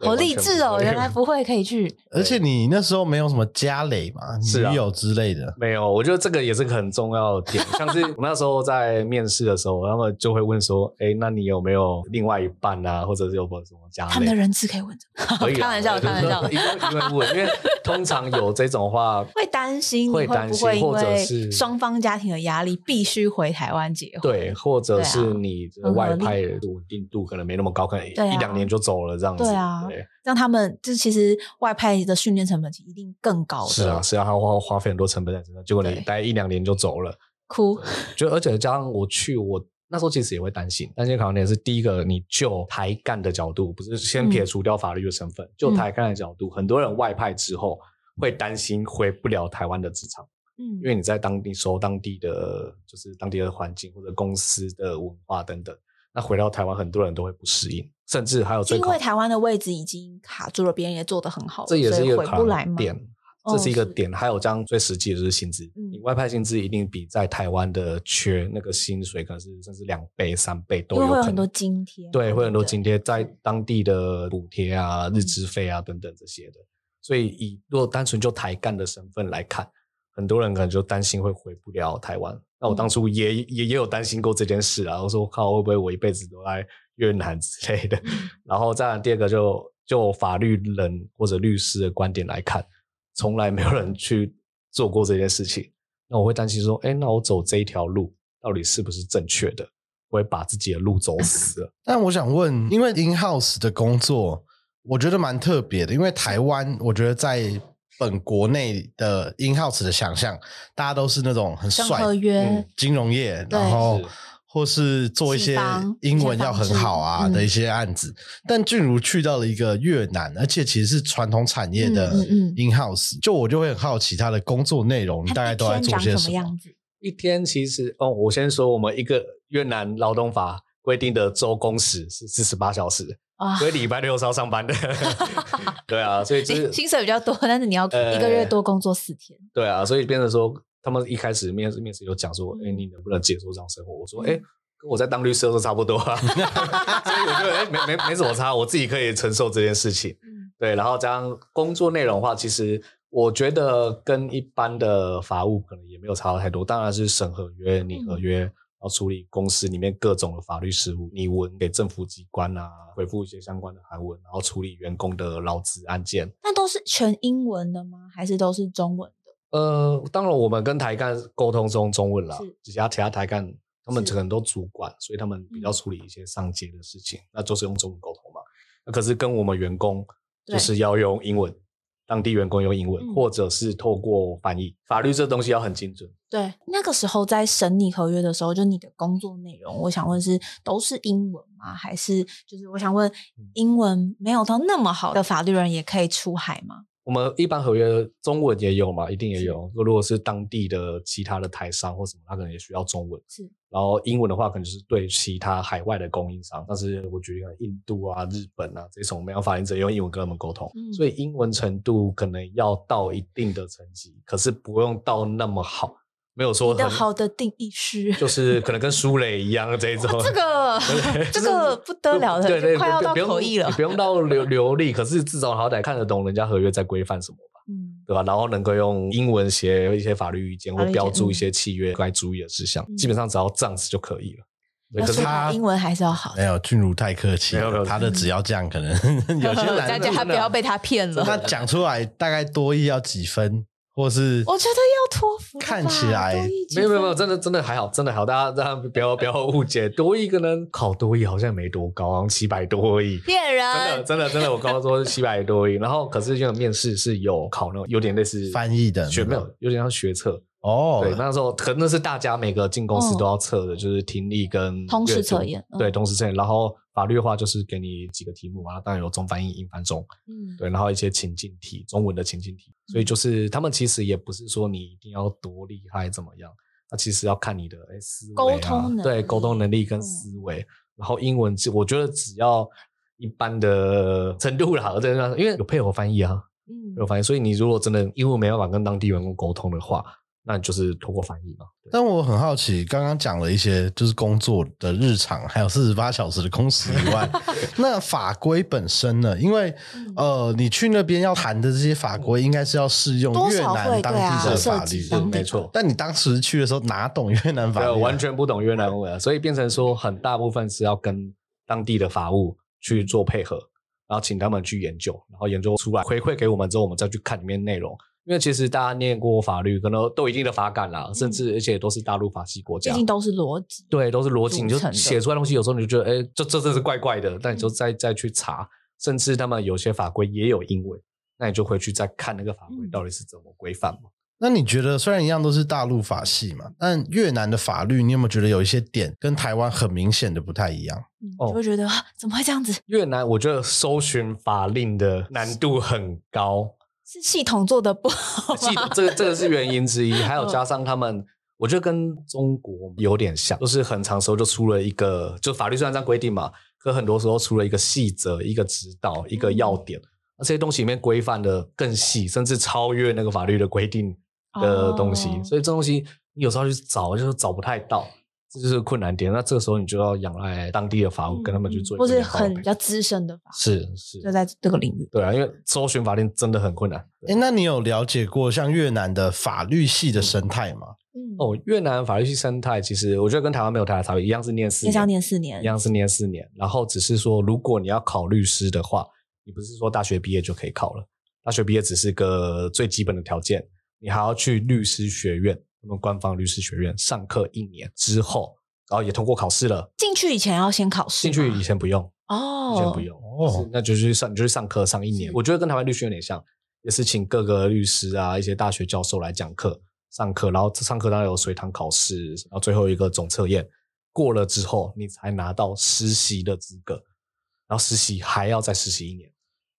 Speaker 1: 对
Speaker 3: 好
Speaker 1: 完
Speaker 3: 励
Speaker 1: 全
Speaker 3: 志
Speaker 1: 不
Speaker 3: 哦！
Speaker 1: 会
Speaker 3: 原来不会可以去，
Speaker 2: 而且你那时候没有什么家累嘛，
Speaker 1: 是啊
Speaker 2: 女友之类的。
Speaker 1: 没有，我觉得这个也是个很重要的点。像是我那时候在面试的时候，他们就会问说：“哎，那你有没有另外一半啊，或者是有没有什么家
Speaker 3: 他们的
Speaker 1: 类
Speaker 3: 人资可以问这个？”
Speaker 1: 可以
Speaker 3: 开
Speaker 1: 啦
Speaker 3: 玩笑，
Speaker 1: 对
Speaker 3: 开玩笑
Speaker 1: 对。对一定会 问，因为通常有这种话，
Speaker 3: 会担心你
Speaker 1: 会
Speaker 3: 会
Speaker 1: 担
Speaker 3: 不
Speaker 1: 心
Speaker 3: 会因
Speaker 1: 或者
Speaker 3: 为
Speaker 1: 是
Speaker 3: 双方家庭的压力必须回台湾结婚？
Speaker 1: 对，或者
Speaker 3: 对
Speaker 1: 是
Speaker 3: 啊
Speaker 1: 你这个
Speaker 3: 很合
Speaker 1: 外
Speaker 3: 理
Speaker 1: 派的稳定度可能没那么高，可能一
Speaker 3: 对啊
Speaker 1: 两年就走了这样子。
Speaker 3: 对啊让他们就其实外派的训练成本一定更高的，
Speaker 1: 是啊，是啊，他花花费很多成本在身上，结果你
Speaker 3: 对
Speaker 1: 待一两年就走了。
Speaker 3: 哭
Speaker 1: 就而且加上我去，我那时候其实也会担心，担心考量点是第一个，你就台干的角度，不是先
Speaker 3: 嗯
Speaker 1: 撇除掉法律的身份，就台干的角度，很多人外派之后会担心回不了台湾的职场，
Speaker 3: 嗯
Speaker 1: 因为你在当地熟当地的就是当地的环境或者公司的文化等等，那回到台湾很多人都会不适应，甚至还有最
Speaker 3: 因
Speaker 1: 考
Speaker 3: 为台湾的位置已经卡住了，别人也做得很好了，
Speaker 1: 这也
Speaker 3: 所
Speaker 1: 是
Speaker 3: 以
Speaker 1: 一个
Speaker 3: 回
Speaker 1: 考
Speaker 3: 不来
Speaker 1: 量
Speaker 3: 嘛。
Speaker 1: 点，
Speaker 3: 哦
Speaker 1: 这是一个
Speaker 3: 是
Speaker 1: 点。还有这样最实际的就是薪资，
Speaker 3: 嗯
Speaker 1: 你外派薪资一定比在台湾的缺那个薪水可能是甚至两倍、三倍都
Speaker 3: 因为
Speaker 1: 可
Speaker 3: 会有
Speaker 1: 能。
Speaker 3: 很多津贴嘛，
Speaker 1: 对，会有很多津
Speaker 3: 贴。
Speaker 1: 贴，在当地的补贴啊、日资费啊等等这些的。所以以如果单纯就台干的身份来看，很多人可能就担心会回不了台湾。那我当初也、也也有担心过这件事啊，我说靠，会不会我一辈子都在越南之类的？然后再来第二个就就法律人或者律师的观点来看，从来没有人去做过这件事情。那我会担心说，哎，那我走这一条路到底是不是正确的？我会把自己的路走死了。
Speaker 2: 但我想问，因为 in house 的工作，我觉得蛮特别的，因为台湾，我觉得在本国内的 in house 的想象，大家都是那种很
Speaker 3: 像
Speaker 2: 帅
Speaker 3: 合约、
Speaker 1: 嗯
Speaker 2: 金融业，
Speaker 3: 对
Speaker 2: 然后
Speaker 1: 是
Speaker 2: 或是做一些
Speaker 3: 西方
Speaker 2: 英文要很好啊
Speaker 3: 一些纺织
Speaker 2: 的一些案子。但俊如去到了一个越南，而且其实是传统产业的
Speaker 3: 嗯嗯嗯
Speaker 2: in house，就我就会很好奇他的工作内容，你
Speaker 3: 它
Speaker 2: 大概
Speaker 3: 一
Speaker 2: 都在
Speaker 3: 天
Speaker 2: 做
Speaker 3: 长
Speaker 2: 些
Speaker 3: 什
Speaker 2: 什
Speaker 3: 么
Speaker 2: 么？
Speaker 3: 样子？
Speaker 1: 一天其实哦，我先说我们一个越南劳动法规定的周工时是四十八小时，
Speaker 3: 啊，
Speaker 1: 所以礼拜六是要上班的。 对啊，所以就
Speaker 3: 薪
Speaker 1: 是
Speaker 3: 薪水比较多，但是你要
Speaker 1: 呃
Speaker 3: 一个月多工作四天。
Speaker 1: 对啊，所以变成说他们一开始面试面试有讲说，哎、
Speaker 3: 嗯
Speaker 1: 你能不能接受这样生活？我说，
Speaker 3: 嗯
Speaker 1: 哎、跟我在当律师的时候差不多啊， 所以我觉得哎、没没没什么差，我自己可以承受这件事情。
Speaker 3: 嗯
Speaker 1: 对，然后加上工作内容的话，其实我觉得跟一般的法务可能也没有差太多。当然是审合约、拟合约，然后处理公司里面各种的法律事务，拟文给政府机关啊，回复一些相关的函文，然后处理员工的劳资案件。
Speaker 3: 那都是全英文的吗？还是都是中文的？
Speaker 1: 呃，当然我们跟台干沟通是用中文啦
Speaker 3: 是，
Speaker 1: 其他其他台干他们
Speaker 3: 是
Speaker 1: 可能都主管，所以他们比较
Speaker 3: 嗯
Speaker 1: 处理一些上街的事情，那就是用中文沟通嘛。那可是跟我们员工就
Speaker 3: 对
Speaker 1: 是要用英文，当地员工用英文，
Speaker 3: 嗯
Speaker 1: 或者是透过翻译。法律这东西要很精准，
Speaker 3: 对，那个时候在审理合约的时候，就你的工作内容，我想问是都是英文吗？还是就是我想问，
Speaker 1: 嗯
Speaker 3: 英文没有到那么好的法律人也可以出海吗？
Speaker 1: 我们一般合约中文也有嘛，一定也有。如果是当地的其他的台商或什么，他可能也需要中文。
Speaker 3: 是，
Speaker 1: 然后英文的话，可能就是对其他海外的供应商，但是我觉得印度啊、日本啊这种没有法律者用英文跟他们沟通，
Speaker 3: 嗯
Speaker 1: 所以英文程度可能要到一定的层级，可是不用到那么好，没有说
Speaker 3: 你的
Speaker 1: 很
Speaker 3: 好的定义是
Speaker 1: 就是可能跟苏磊一样这种。
Speaker 3: 这个
Speaker 1: 对
Speaker 3: 这个不得了的，
Speaker 1: 对对，
Speaker 3: 就快要
Speaker 1: 不
Speaker 3: 到
Speaker 1: 不用
Speaker 3: 口译了
Speaker 1: 你。不用到流流利，可是至少好歹看得懂人家合约在规范什么吧，
Speaker 3: 嗯，
Speaker 1: 对吧？然后能够用英文写一些法律意见
Speaker 3: 法
Speaker 1: 或
Speaker 3: 律意见
Speaker 1: 标注一些契约该注意的事项，
Speaker 3: 嗯
Speaker 1: 基本上只要这样子就可以了。对，
Speaker 3: 要
Speaker 1: 可是
Speaker 3: 说
Speaker 2: 他
Speaker 3: 英文还是要好
Speaker 2: 没。有，俊如太客气
Speaker 1: 没有没
Speaker 2: 了，
Speaker 1: 有
Speaker 2: 他的只要这样，可 能有些难
Speaker 3: 大
Speaker 2: 度
Speaker 3: 家
Speaker 2: 呢
Speaker 3: 还不要被他骗 了。
Speaker 2: 那讲出来大概多译要几分，或是
Speaker 3: 我觉得要托福了吧，
Speaker 2: 看起来
Speaker 3: 多一级
Speaker 1: 没有没有
Speaker 3: 分
Speaker 1: 没有，真的真的还好，真的还好，大家大家不 要不要误解，多一个人考多一好像也没多高，好像七百多而已。
Speaker 3: 骗
Speaker 1: 真的
Speaker 3: 人，
Speaker 1: 真的真的，我刚刚说七百多而已， 然后可是因为面试是有考那种有点类似
Speaker 2: 翻译的
Speaker 1: 学没有，有点像学测，
Speaker 2: 哦，
Speaker 1: 对，那时候可能是大家每个进公司都要测的，就是听力跟
Speaker 3: 通识
Speaker 1: 阅读
Speaker 3: 测验嗯
Speaker 1: 对，通识测验。然后法律的话就是给你几个题目嘛，当然有中翻英、英翻中，
Speaker 3: 嗯，
Speaker 1: 对，然后一些情境题，中文的情境题。所以就是他们其实也不是说你一定要多厉害怎么样，那其实要看你的哎思维、啊、
Speaker 3: 沟通能力
Speaker 1: 对沟通能力跟
Speaker 3: 嗯
Speaker 1: 思维。然后英文，我觉得只要一般的程度啦，我在那因为有配合翻译啊，
Speaker 3: 嗯
Speaker 1: 有翻译，所以你如果真的英文没办法跟当地员工沟通的话，那你就是通过翻译嘛。对
Speaker 2: 但我很好奇，刚刚讲了一些就是工作的日常，还有四十八小时的工时以外， 那法规本身呢？因为
Speaker 3: 嗯
Speaker 1: 哦
Speaker 2: 呃，你去那边要谈的这些法规，应该是要适用
Speaker 3: 多
Speaker 2: 越
Speaker 3: 少
Speaker 2: 南
Speaker 3: 会
Speaker 2: 当
Speaker 3: 对啊
Speaker 2: 地的
Speaker 3: 涉
Speaker 2: 法
Speaker 3: 及
Speaker 2: 律，
Speaker 3: 当地
Speaker 1: 没错。
Speaker 2: 但你当时去的时候哪懂越南法律
Speaker 1: 对，
Speaker 2: 啊？
Speaker 1: 完全不懂越南文啊，所以变成说很大部分是要跟当地的法务去做配合，然后请他们去研究，然后研究出来回馈给我们之后，我们再去看里面内容。因为其实大家念过法律，可能都有一定的法感啦，甚至而且都是大陆法系国
Speaker 3: 嗯毕
Speaker 1: 家，
Speaker 3: 竟都是逻辑，
Speaker 1: 对，都是逻辑，
Speaker 3: 组
Speaker 1: 你就
Speaker 3: 成的嗯
Speaker 1: 写出来的东西，有时候你就觉得，哎，这这真是怪怪的，但你就再再去查，甚至他们有些法规也有英文，那你就回去再看那个法规
Speaker 3: 嗯
Speaker 1: 到底是怎么规范嘛。
Speaker 2: 那你觉得，虽然一样都是大陆法系嘛，但越南的法律，你有没有觉得有一些点跟台湾很明显的不太一样？
Speaker 3: 嗯
Speaker 1: 哦
Speaker 3: 就会觉得、啊怎么会这样子？
Speaker 1: 越南我觉得搜寻法令的难度很高，
Speaker 3: 是系统做的不 好
Speaker 1: 记
Speaker 3: 吗？
Speaker 1: 这个这个是原因之一，还有
Speaker 3: 嗯
Speaker 1: 加上他们，我觉得跟中国有点像，就是很长时候就出了一个，就法律虽然这样规定嘛，可很多时候出了一个细则、一个指导、一个
Speaker 3: 嗯
Speaker 1: 要点，那这些东西里面规范的更细，甚至超越那个法律的规定的东西，
Speaker 3: 哦
Speaker 1: 所以这东西你有时候去找，就是找不太到。这就是困难点，那这个时候你就要仰赖当地的法务，跟他们去做一个
Speaker 3: 嗯或是
Speaker 1: 联合
Speaker 3: 很比
Speaker 1: 配
Speaker 3: 较资深的法，
Speaker 1: 是是，
Speaker 3: 就在这个领域。
Speaker 1: 对啊，因为搜寻法令真的很困难。
Speaker 2: 诶，那你有了解过像越南的法律系的生态吗？
Speaker 3: 嗯，
Speaker 1: 哦，越南法律系生态其实我觉得跟台湾没有太大差别，一样是念四
Speaker 3: 也
Speaker 1: 年，
Speaker 3: 想念四年
Speaker 1: 一，样是念四年，然后只是说如果你要考律师的话，你不是说大学毕业就可以考了，大学毕业只是个最基本的条件，你还要去律师学院，他们官方律师学院上课一年之后，然后也通过考试了，
Speaker 3: 进去以前要先考试
Speaker 1: 进
Speaker 3: 吗，
Speaker 1: 去以前不用，以前
Speaker 3: 哦
Speaker 1: 不，用，
Speaker 2: 哦
Speaker 1: 就是那就去上，你就去上课上一年。我觉得跟台湾律师有点像，也是请各个律师啊、一些大学教授来讲课、上课，然后上课当然有随堂考试，然后最后一个总测验过了之后，你才拿到实习的资格，然后实习还要再实习一年。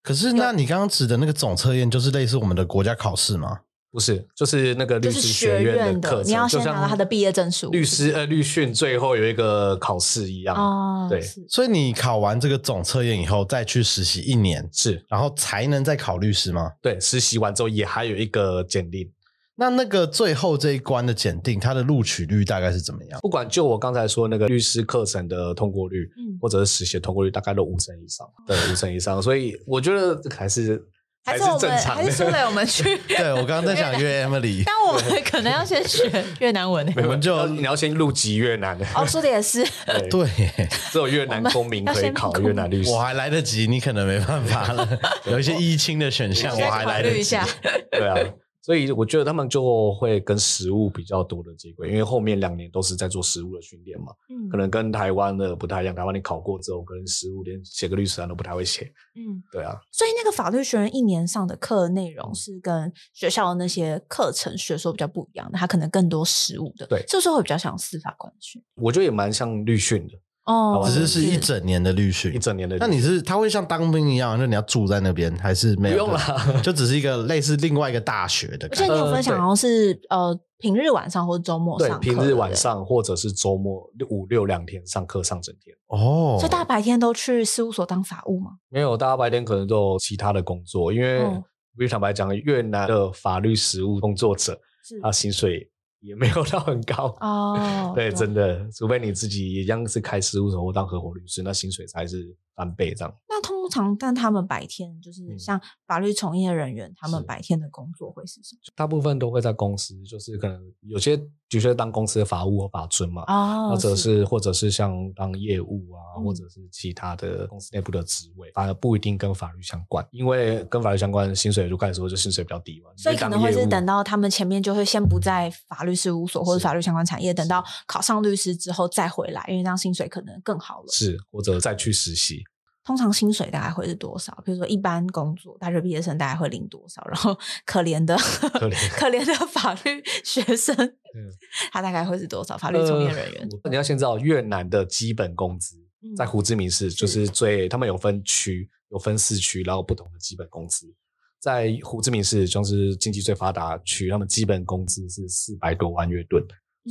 Speaker 2: 可是，那你刚刚指的那个总测验，就是类似我们的国家考试吗？
Speaker 1: 不是，就是那个律
Speaker 3: 就
Speaker 1: 师
Speaker 3: 是
Speaker 1: 学
Speaker 3: 学
Speaker 1: 院
Speaker 3: 院
Speaker 1: 的
Speaker 3: 的
Speaker 1: 课程，
Speaker 3: 你要
Speaker 1: 就
Speaker 3: 先拿
Speaker 1: 像
Speaker 3: 到他的毕业证书
Speaker 1: 律师呃，律训最后有一个考试一样，
Speaker 3: 哦，
Speaker 1: 对
Speaker 3: 是
Speaker 2: 所以你考完这个总测验以后，再去实习一年，
Speaker 1: 是
Speaker 2: 然后才能再考律师吗？
Speaker 1: 对。实习完之后也还有一个检定，
Speaker 2: 那那个最后这一关的检定，它的录取率大概是怎么 样？
Speaker 1: 不管就我刚才说那个律师课程的通过率，
Speaker 3: 嗯
Speaker 1: 或者是实习的通过率，大概都五成以
Speaker 3: 哦
Speaker 1: 上，对，五成以上。所以我觉得这个还是
Speaker 3: 还是
Speaker 1: 是
Speaker 3: 我
Speaker 1: 正
Speaker 3: 们
Speaker 1: 常
Speaker 3: 还
Speaker 1: 的。
Speaker 3: 是输了，我们去。
Speaker 2: 对我刚刚在想约 Emily，
Speaker 3: 但我们可能要先学越南文。
Speaker 1: 没有
Speaker 2: 我们就
Speaker 1: 要你要先入籍越南 的，
Speaker 3: 哦，说的也是，
Speaker 1: 对，
Speaker 2: 对耶，
Speaker 1: 只有越南公民可以考越南律师
Speaker 2: 我。还来得及，你可能没办法了。有一些一清的选项，
Speaker 1: 对
Speaker 2: 我
Speaker 3: 再
Speaker 2: 还
Speaker 3: 考
Speaker 2: 来
Speaker 3: 虑
Speaker 2: 得
Speaker 3: 一
Speaker 2: 及
Speaker 3: 下。。
Speaker 1: 对啊，所以我觉得他们就会跟实务比较多的接轨，因为后面两年都是在做实务的训练嘛，
Speaker 3: 嗯
Speaker 1: 可能跟台湾的不太一样。台湾你考过之后，跟实务连写个律师函都不太会写。
Speaker 3: 嗯，
Speaker 1: 对啊，
Speaker 3: 所以那个法律学院一年上的课内容是跟学校的那些课程学说比较不一样的，它可能更多实务的，
Speaker 1: 对
Speaker 3: 是不是会比较像司法官训？
Speaker 1: 我觉得也蛮像律训的，
Speaker 3: 哦，
Speaker 2: 只是是一整年的律训
Speaker 1: 一。整年的律训。
Speaker 2: 那你是他会像当兵一样，就你要住在那边，还是没
Speaker 1: 不
Speaker 2: 有？
Speaker 1: 用 啦，
Speaker 2: 就只是一个类似另外一个大学的
Speaker 3: 我
Speaker 2: 感
Speaker 3: 记
Speaker 2: 觉。
Speaker 3: 得你有
Speaker 1: 呃
Speaker 3: 分享，
Speaker 1: 对
Speaker 3: 好像是呃平日晚上或者周末
Speaker 1: 对
Speaker 3: 上，课，
Speaker 1: 平日晚
Speaker 3: 对不对，
Speaker 1: 上或者是周末六五六两天上课上整天。
Speaker 2: 哦
Speaker 3: 所以大白天都去事务所当法务嘛。
Speaker 1: 没有，大家白天可能都有其他的工作，因为
Speaker 3: 嗯
Speaker 1: 必须坦白讲，越南的法律实务工作者，
Speaker 3: 是
Speaker 1: 他薪水也没有到很高。
Speaker 3: 哦
Speaker 1: 啊对，真
Speaker 3: 的。
Speaker 1: 的，除非你自己一样是开事务所或当合伙律师，那薪水才是翻倍这样。
Speaker 3: 那通常，但他们白天就是
Speaker 1: 嗯
Speaker 3: 像法律从业人员，他们
Speaker 1: 是
Speaker 3: 白天的工作会是什么？
Speaker 1: 大部分都会在公司，就是可能有些的确当公司的法务或法尊嘛，
Speaker 3: 哦，
Speaker 1: 或者是或者是像当业务啊，
Speaker 3: 嗯
Speaker 1: 或者是其他的公司内部的职位，反而不一定跟法律相关，因为跟法律相关，薪水就开始说就薪水比较低嘛。
Speaker 3: 所以
Speaker 1: 你就当
Speaker 3: 可能会
Speaker 1: 业
Speaker 3: 是
Speaker 1: 务
Speaker 3: 等到他们前面就会先不在法律事务所或者
Speaker 1: 是
Speaker 3: 法律相关产业，等
Speaker 1: 是
Speaker 3: 到考上律师之后再回来，因为这样薪水可能更好了。
Speaker 1: 是或者再去实习，
Speaker 3: 通常薪水大概会是多少？比如说一般工作大学毕业生大概会领多少？然后可怜的可
Speaker 1: 怜嗯
Speaker 3: 怜的法律学生，他大概会是多少？法律从业人员
Speaker 1: 呃、我你要先知道越南的基本工资，
Speaker 3: 嗯
Speaker 1: 在胡志明市就是最他们有分区，有分市区，然后不同的基本工资。在胡志明市，就是经济最发达区，他们基本工资是四百多万越盾，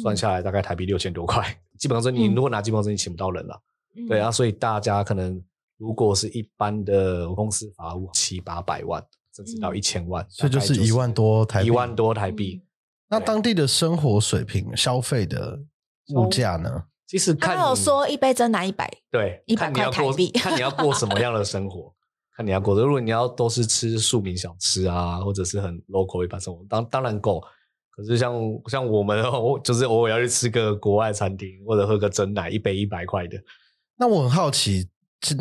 Speaker 1: 算下来大概台币六千多块。 基本工资你
Speaker 3: 嗯
Speaker 1: 如果拿基本工资，你请不到人了。
Speaker 3: 嗯
Speaker 1: 对啊，，所以大家可能如果是一般的公司法务，七八百万，甚至到
Speaker 3: 嗯
Speaker 1: 一千万，
Speaker 2: 所以就是一万多台币。
Speaker 1: 一万多台币
Speaker 3: 嗯。
Speaker 2: 那当地的生活水平、消费的物价呢？
Speaker 1: 其实
Speaker 3: 他
Speaker 1: 看
Speaker 3: 没有
Speaker 1: 你
Speaker 3: 说一杯真拿一百，
Speaker 1: 对，
Speaker 3: 100
Speaker 1: 看你要
Speaker 3: 块台
Speaker 1: 过
Speaker 3: 币
Speaker 1: 看你要过什么样的生活，看你要过的。如果你要都是吃庶民小吃啊，或者是很 local 一般生活，当当然够。可是像像我们偶就是偶尔要去吃个国外餐厅，或者喝个真奶，一杯一百块的，
Speaker 2: 那我很好奇，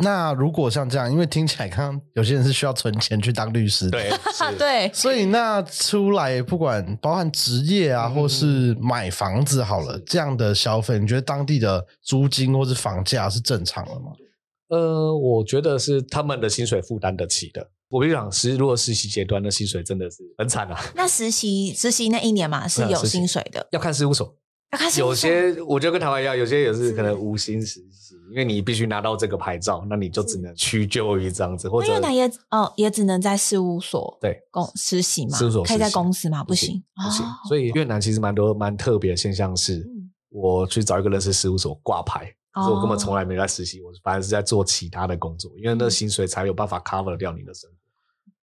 Speaker 2: 那如果像这样，因为听起来刚刚有些人是需要存钱去当律师，
Speaker 1: 对，
Speaker 3: 啊，
Speaker 1: 是
Speaker 3: 对，
Speaker 2: 所以那出来不管包含职业啊，
Speaker 1: 嗯
Speaker 2: 或是买房子好了，
Speaker 1: 是
Speaker 2: 这样的消费，你觉得当地的租金或是房价是正常的吗？
Speaker 1: 呃，我觉得是他们的薪水负担得起的。我跟你讲，实如果实习阶段的薪水真的是很惨啊，
Speaker 3: 那实习实习那一年嘛是
Speaker 1: 嗯
Speaker 3: 有
Speaker 1: 实习
Speaker 3: 薪水的，啊
Speaker 1: 要看事务所。
Speaker 3: 要看事务
Speaker 1: 有
Speaker 3: 所
Speaker 1: 些我觉得跟台湾一样，有些也是
Speaker 3: 是
Speaker 1: 可能无薪实习，因为你必须拿到这个牌照，那你就只能屈就于这样子，或
Speaker 3: 那
Speaker 1: 者
Speaker 3: 越南也哦也只能在事务所
Speaker 1: 对
Speaker 3: 公实习嘛，
Speaker 1: 事务所
Speaker 3: 可以在
Speaker 1: 实习
Speaker 3: 公司嘛，不
Speaker 1: 行
Speaker 3: 行
Speaker 1: 不行
Speaker 3: 哦。
Speaker 1: 所以越南其实蛮多蛮特别的现象是，
Speaker 3: 嗯哦
Speaker 1: 我去找一个人事事务所挂牌，可是我根本从来没在实习，我反而是在做其他的工作，因为
Speaker 3: 嗯
Speaker 1: 那薪水才有办法 cover 掉你的生活。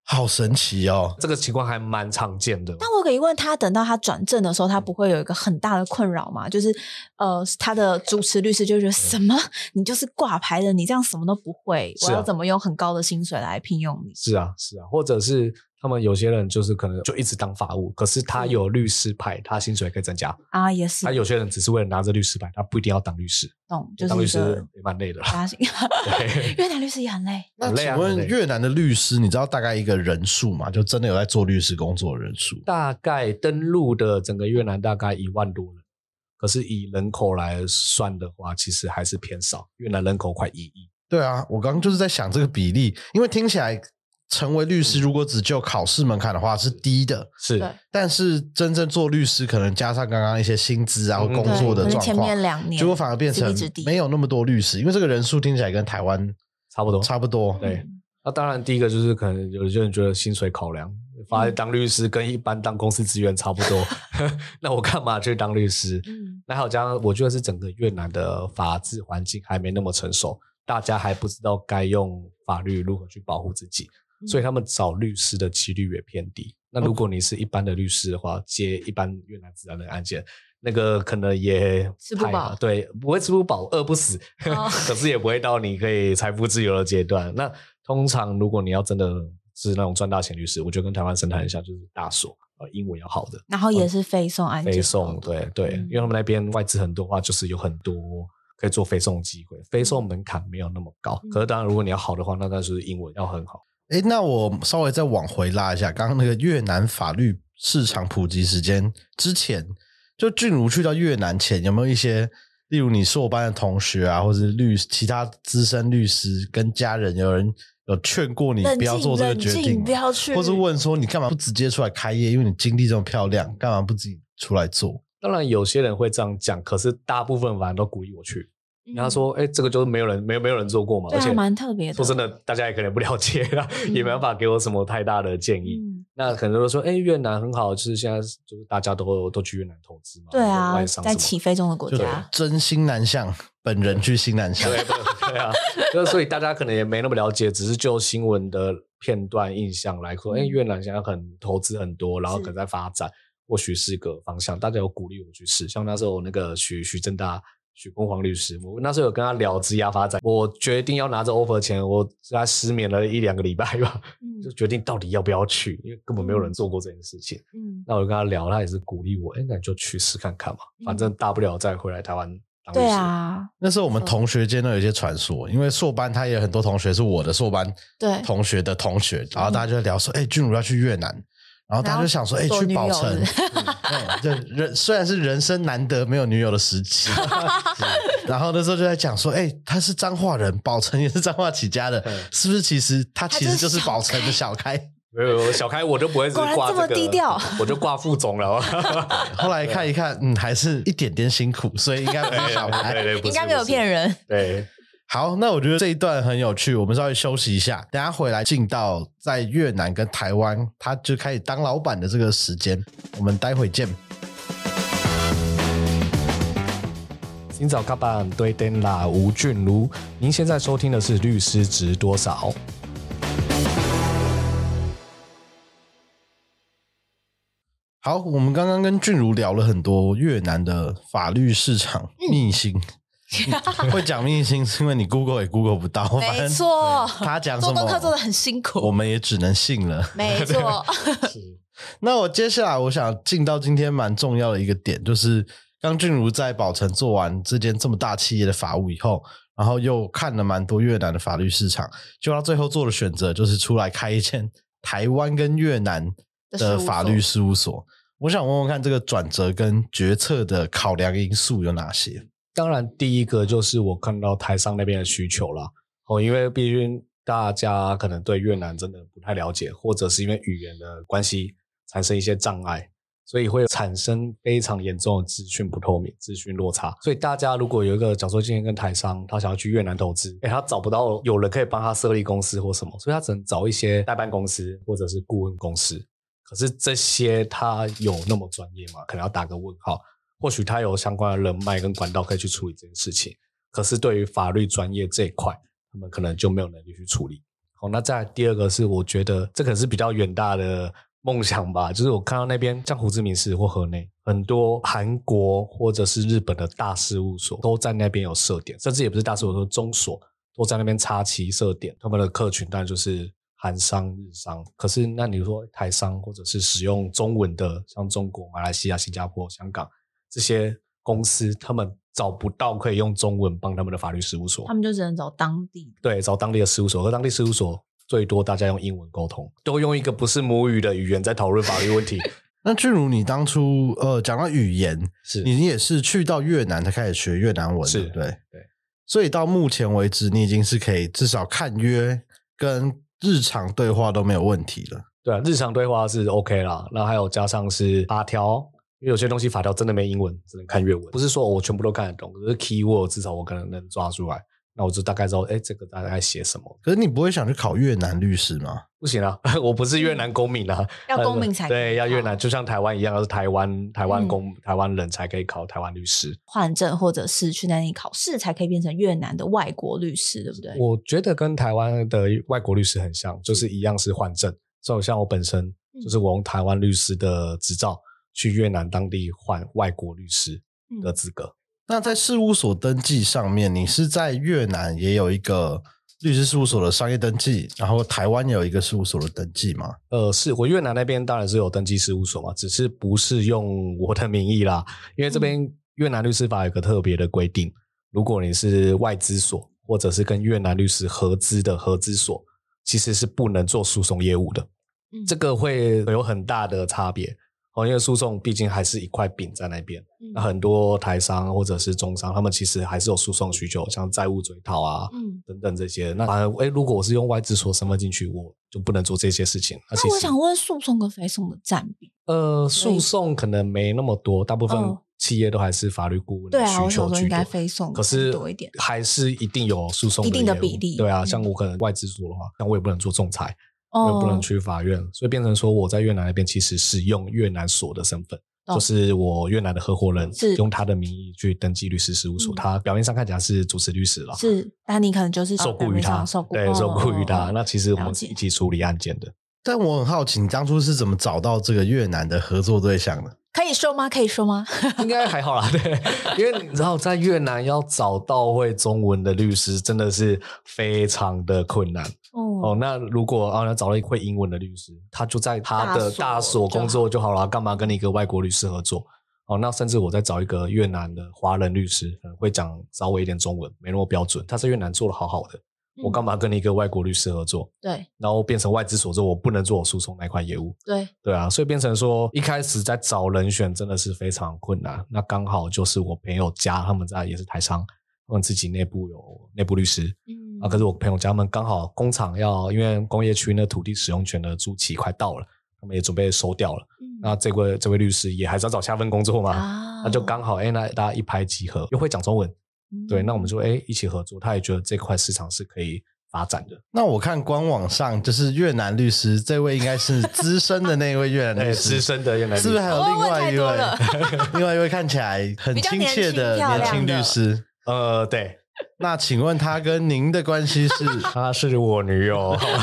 Speaker 2: 好神奇哦！
Speaker 1: 这个情况还蛮常见的。
Speaker 3: 但我有个疑问，他等到他转正的时
Speaker 1: 嗯
Speaker 3: 候，他不会有一个很大的困扰吗？就是呃，他的主持律师就会
Speaker 1: 嗯
Speaker 3: 觉得什么，你就是挂牌的，你这样什么都不会，
Speaker 1: 是啊
Speaker 3: 我要怎么用很高的薪水来聘用你？
Speaker 1: 是啊，是啊，或者是他们有些人就是可能就一直当法务，可是他
Speaker 3: 嗯
Speaker 1: 有律师牌，他薪水可以增加。
Speaker 3: 啊，也是
Speaker 1: 他有些人只是为了拿着律师牌，他不一定要当律师，
Speaker 3: 懂，就是
Speaker 1: 当律
Speaker 3: 一
Speaker 1: 师
Speaker 3: 个
Speaker 1: 也蛮累的啦。
Speaker 3: 加薪。
Speaker 1: 对，
Speaker 3: 越南律师也很累，
Speaker 2: 那
Speaker 1: 很累啊
Speaker 2: 请问
Speaker 1: 很累
Speaker 2: 越南的律师，你知道大概一个人数吗？就真的有在做律师工作的人数？
Speaker 1: 大概登录的整个越南大概一万多人，可是以人口来算的话，其实还是偏少。越南人口快一亿，
Speaker 2: 对啊，我刚刚就是在想这个比例，因为听起来成为律师如果只就考试门槛的话是低的，
Speaker 1: 是
Speaker 3: 对
Speaker 2: 但是真正做律师可能加上刚刚一些薪资啊或
Speaker 1: 嗯
Speaker 2: 工
Speaker 3: 对，
Speaker 2: 作的
Speaker 3: 可能
Speaker 2: 状
Speaker 3: 前面
Speaker 2: 况，
Speaker 3: 两年
Speaker 2: 结果反而变成
Speaker 3: CP 值低
Speaker 2: 没有那么多律师，因为这个人数听起来跟台湾
Speaker 1: 差不多。
Speaker 2: 差不多。
Speaker 1: 对那当然，第一个就是可能有些人觉得薪水考量，发现当律师跟一般当公司职员差不多， 那我干嘛去当律师？
Speaker 3: 嗯，
Speaker 1: 那还有加上，我觉得是整个越南的法治环境还没那么成熟，大家还不知道该用法律如何去保护自己，
Speaker 3: 嗯哦
Speaker 1: 所以他们找律师的几率也偏低。那如果你是一般的律师的话，接一般越南自然的案件，那个可能也
Speaker 3: 吃不
Speaker 1: 太
Speaker 3: 饱
Speaker 1: 对，不会吃不饱，饿不死，
Speaker 3: 哦
Speaker 1: 可是也不会到你可以财富自由的阶段。那通常如果你要真的是那种赚大钱律师，我觉得跟台湾生态很像，就是大所，呃，英文要好的。
Speaker 3: 然后也是非送案件，
Speaker 1: 飞送，对对，
Speaker 3: 嗯
Speaker 1: 因为他们那边外资很多的话，就是有很多可以做飞送的机会，飞送门槛没有那么高。
Speaker 3: 嗯
Speaker 1: 可是当然，如果你要好的话，那当然就是英文要很好。
Speaker 2: 诶，那我稍微再往回拉一下，刚刚那个越南法律市场普及时间之前，就俊如去到越南前，有没有一些，例如你硕班的同学啊，或者是律其他资深律师跟家人，有人有劝过你
Speaker 3: 冷
Speaker 2: 不要
Speaker 3: 静
Speaker 2: 做这个
Speaker 3: 冷
Speaker 2: 决
Speaker 3: 静
Speaker 2: 定吗，
Speaker 3: 不
Speaker 1: 啊
Speaker 3: 要去
Speaker 2: 或是问说你干嘛不直接出来开业？因为你经历这么漂亮，干嘛不自己出来做？
Speaker 1: 当然，有些人会这样讲，可是大部分反正都鼓励我去。
Speaker 3: 嗯
Speaker 1: 然后他说：“哎、这个就是没有人，没有没有人做过嘛，
Speaker 3: 对
Speaker 1: 而
Speaker 3: 啊
Speaker 1: 且
Speaker 3: 蛮特别的
Speaker 1: 说真的，大家也可能不了解啊，也没办法给我什么太大的建议。
Speaker 3: 嗯
Speaker 1: 那很多人说：“哎、越南很好，就是现在就是大家都都去越南投资嘛，
Speaker 3: 对啊，
Speaker 1: 外商什
Speaker 3: 在
Speaker 1: 么的
Speaker 3: 起飞中的国
Speaker 2: 就
Speaker 3: 家，
Speaker 2: 真心南向，本人去新南向。
Speaker 1: 对 对对啊，就是所以大家可能也没那么了解，只是就新闻的片段印象来说，哎、
Speaker 3: 嗯
Speaker 1: 越南现在很投资很多，然后
Speaker 3: 是
Speaker 1: 可能在发展，或许是个方向。大家有鼓励我去试，像那时候我那个徐徐正大。许光煌律师，我那时候有跟他聊职涯
Speaker 3: 嗯
Speaker 1: 发展，我决定要拿着 offer 前，我大概失眠了一两个礼拜 吧，
Speaker 3: 嗯
Speaker 1: 就决定到底要不要去，因为根本没有人做过这件事情。
Speaker 3: 嗯，
Speaker 1: 那我就跟他聊，他也是鼓励我，哎、那你就去试看看嘛，反正大不了再回来台湾当律师。
Speaker 3: 对啊，
Speaker 2: 那时候我们同学间都有一些传说，因为硕班他也有很多同学是我的硕班
Speaker 3: 对嗯
Speaker 2: 同学的同学，然后大家就在聊说，哎、俊如要去越南，然后大家就想说，哎、
Speaker 3: 然后
Speaker 2: 去宝城
Speaker 3: 做女友是，
Speaker 2: 嗯就人虽然是人生难得没有女友的时 期，
Speaker 1: 嗯
Speaker 2: 然后那时候就在讲说，哎、他是彰化人，宝城也是彰化起家的
Speaker 1: 嗯，
Speaker 2: 是不是？其实他其实
Speaker 3: 他就
Speaker 2: 就是是
Speaker 3: 小
Speaker 2: 宝城的
Speaker 3: 开
Speaker 2: 小开。
Speaker 1: 没有，没有小开我就不会只
Speaker 3: 果
Speaker 1: 是
Speaker 3: 然
Speaker 1: 挂
Speaker 3: 这么
Speaker 1: 个
Speaker 3: 低调，
Speaker 1: 我就挂副总 了。
Speaker 2: 后来看一看，嗯，还是一点点辛苦，所以应该不是 小
Speaker 1: 对
Speaker 2: 开。
Speaker 1: 对，不
Speaker 3: 应
Speaker 1: 是
Speaker 3: 该没有骗。人，
Speaker 1: 不是对，
Speaker 2: 好，那我觉得这一段很有趣，我们稍微休息一下，等一下回来进到在越南跟台湾，他就开始当老板的这个时间，我们待会见。
Speaker 1: 今早卡板对灯啦，吴俊如，您现在收听的是《律师值多少》。
Speaker 2: 好，我们刚刚跟俊如聊了很多越南的法律市场秘 辛，会讲秘辛是因为你 Google 也 Google 不到，反
Speaker 3: 没
Speaker 2: 正
Speaker 3: 错，
Speaker 2: 他讲什
Speaker 3: 做
Speaker 2: 么
Speaker 3: 功课做的很辛
Speaker 2: 我
Speaker 3: 苦，
Speaker 2: 们也只能信了。
Speaker 3: 没错，
Speaker 2: 那我接下来我想进到今天蛮重要的一个点，就是刚俊如在宝城做完这间这么大企业的法务以后，然后又看了蛮多越南的法律市场，就他最后做的选择就是出来开一间台湾跟越南的法律事务所。我想问问看，这个转折跟决策的考量因素有哪些？
Speaker 1: 当然，第一个就是我看到台商那边的需求啦。哦，因为毕竟大家可能对越南真的不太了解，或者是因为语言的关系产生一些障碍，所以会产生非常严重的资讯不透明、资讯落差。所以大家如果有一个，假如说今天跟台商，他想要去越南投资，哎，他找不到有人可以帮他设立公司或什么，所以他只能找一些代办公司或者是顾问公司。可是这些他有那么专业吗？可能要打个问号。或许他有相关的人脉跟管道可以去处理这件事情，可是对于法律专业这一块，他们可能就没有能力去处理。好，那再来第二个是，我觉得这可能是比较远大的梦想吧，就是我看到那边像胡志明市或河内，很多韩国或者是日本的大事务所都在那边有设点，甚至也不是大事务所，中所都在那边插旗设点，他们的客群当然就是。韩商、日商，可是那你说台商或者是使用中文的，像中国、马来西亚、新加坡、香港，这些公司，他们找不到可以用中文帮他们的法律事务所
Speaker 3: 他，们就只能找当地的。
Speaker 1: 对，找当地的事务所，和当地事务所最多大家用英文沟通，都用一个不是母语的语言在讨论法律问题，
Speaker 2: 那俊如，你当初呃讲到语言，
Speaker 1: 是
Speaker 2: 你也是去到越南才开始学越南文，
Speaker 1: 是
Speaker 2: 对不对？
Speaker 1: 对。
Speaker 2: 所以到目前为止，你已经是可以至少看约跟日常对话都没有问题了。
Speaker 1: 对啊，日常对话是 OK 啦，那还有加上是法条，因为有些东西法条真的没英文，只能看粤文。不是说我全部都看得懂，可是 keyword 至少我可能能抓出来，那我就大概知道，哎，这个大概写什么。
Speaker 2: 可是你不会想去考越南律师吗？
Speaker 1: 不行啊， 我不是越南公民啊，
Speaker 3: 嗯 呃要公民才可以
Speaker 1: 对，要越南
Speaker 3: 考
Speaker 1: 就像台湾一样，要是台湾台湾
Speaker 3: 嗯
Speaker 1: 公、台湾人才可以考台湾律师。
Speaker 3: 换证或者是去那里考试，才可以变成越南的外国律师，对不对？
Speaker 1: 我觉得跟台湾的外国律师很像，就是一样是换证。所以像我本身
Speaker 3: 嗯
Speaker 1: 就是我用台湾律师的执照去越南当地换外国律师的
Speaker 3: 嗯
Speaker 1: 资格。
Speaker 2: 那在事务所登记上面，你是在越南也有一个律师事务所的商业登记，然后台湾也有一个事务所的登记吗？
Speaker 1: 呃，是我越南那边当然是有登记事务所嘛，只是不是用我的名义啦，因
Speaker 3: 嗯
Speaker 1: 为这边越南律师法有个特别的规定，如果你是外资所或者是跟越南律师合资的合资所，其实是不能做诉讼业务的。
Speaker 3: 嗯
Speaker 1: 这个会有很大的差别哦，因为诉讼毕竟还是一块饼在那边。
Speaker 3: 嗯
Speaker 1: 那很多台商或者是中商，他们其实还是有诉讼需求，像债务追讨啊、
Speaker 3: 嗯。
Speaker 1: 等等这些。那反而，诶，如果我是用外资所身份进去，我就不能做这些事情。那其
Speaker 3: 那我
Speaker 1: 实，
Speaker 3: 想问，诉讼跟非讼的占比？
Speaker 1: 呃，
Speaker 3: 所以
Speaker 1: 诉讼可能没那么多，大部分
Speaker 3: 嗯
Speaker 1: 企业都还是法律顾问的
Speaker 3: 对啊，
Speaker 1: 需
Speaker 3: 我想
Speaker 1: 求
Speaker 3: 说
Speaker 1: 居
Speaker 3: 应
Speaker 1: 多
Speaker 3: 该。非讼
Speaker 1: 可是
Speaker 3: 多一点。
Speaker 1: 还是一定有诉讼
Speaker 3: 一定的
Speaker 1: 业务
Speaker 3: 比例
Speaker 1: 对啊，
Speaker 3: 嗯
Speaker 1: 像我可能外资所的话，那我也不能做仲裁，我也不
Speaker 3: 哦
Speaker 1: 能去法院，所以变成说我在越南那边其实是用越南所的身份，
Speaker 3: 懂
Speaker 1: 就是我越南的合伙人
Speaker 3: 哦是
Speaker 1: 用他的名义去登记律师事务所，
Speaker 3: 嗯
Speaker 1: 他表面上看起来是主持律师了，
Speaker 3: 是，但你可能就是
Speaker 1: 受雇
Speaker 3: 表
Speaker 1: 于
Speaker 3: 面上
Speaker 1: 他，
Speaker 3: 受雇
Speaker 1: 对，
Speaker 3: 哦
Speaker 1: 受雇
Speaker 3: 哦
Speaker 1: 于他。
Speaker 3: 哦
Speaker 1: 那其实我
Speaker 3: 了
Speaker 1: 们是
Speaker 3: 解
Speaker 1: 一起处理案 件的，
Speaker 2: 但我很好奇，你当初是怎么找到这个越南的合作对象的？
Speaker 3: 可以说吗？可以说吗？
Speaker 1: 应该还好啦，对，因为你知道在越南要找到会中文的律师真的是非常的困难。哦，
Speaker 3: 哦，
Speaker 1: 那如果啊，那找了一个会英文的律师，他就在他的
Speaker 3: 大
Speaker 1: 大所
Speaker 3: 所
Speaker 1: 工作就好了，干嘛跟一个外国律师合作？哦，那甚至我再找一个越南的华人律师，可能会讲稍微一点中文，没那么标准。他在越南做的好好的，我干
Speaker 3: 嘛？
Speaker 1: 嘛跟一个外国律师合作？
Speaker 3: 对
Speaker 1: 然后变成外资所做，我不能做我诉讼那块业务，
Speaker 3: 对，
Speaker 1: 对啊，所以变成说一开始在找人选真的是非常困难。那刚好就是我朋友家他们在也是台商，他们自己内部有内部律师，
Speaker 3: 嗯
Speaker 1: 啊，可是我朋友家他们刚好工厂要，因为工业区那土地使用权的租期快到了，他们也准备收掉了。
Speaker 3: 嗯
Speaker 1: 那这位这位律师也还是要找下份工作嘛，
Speaker 3: 啊
Speaker 1: 啊那就刚好哎、那大家一拍即合，又会讲中文，
Speaker 3: 嗯
Speaker 1: 对，那我们
Speaker 3: 就
Speaker 1: 就哎、一起合作，他也觉得这块市场是可以发展的。
Speaker 2: 那我看官网上就是越南律师，这位应该是资深的那一位越南 律
Speaker 1: 哎，
Speaker 2: 师，
Speaker 1: 资深的越南律
Speaker 2: 是不是还
Speaker 1: 师，
Speaker 2: 有另外一
Speaker 3: 哦问太
Speaker 2: 位？另外一位看起来很亲切的
Speaker 3: 比较
Speaker 2: 年
Speaker 3: 年轻漂亮的
Speaker 2: 轻律师。
Speaker 1: 呃，对，
Speaker 2: 那请问他跟您的关系是？
Speaker 1: 她是我女友，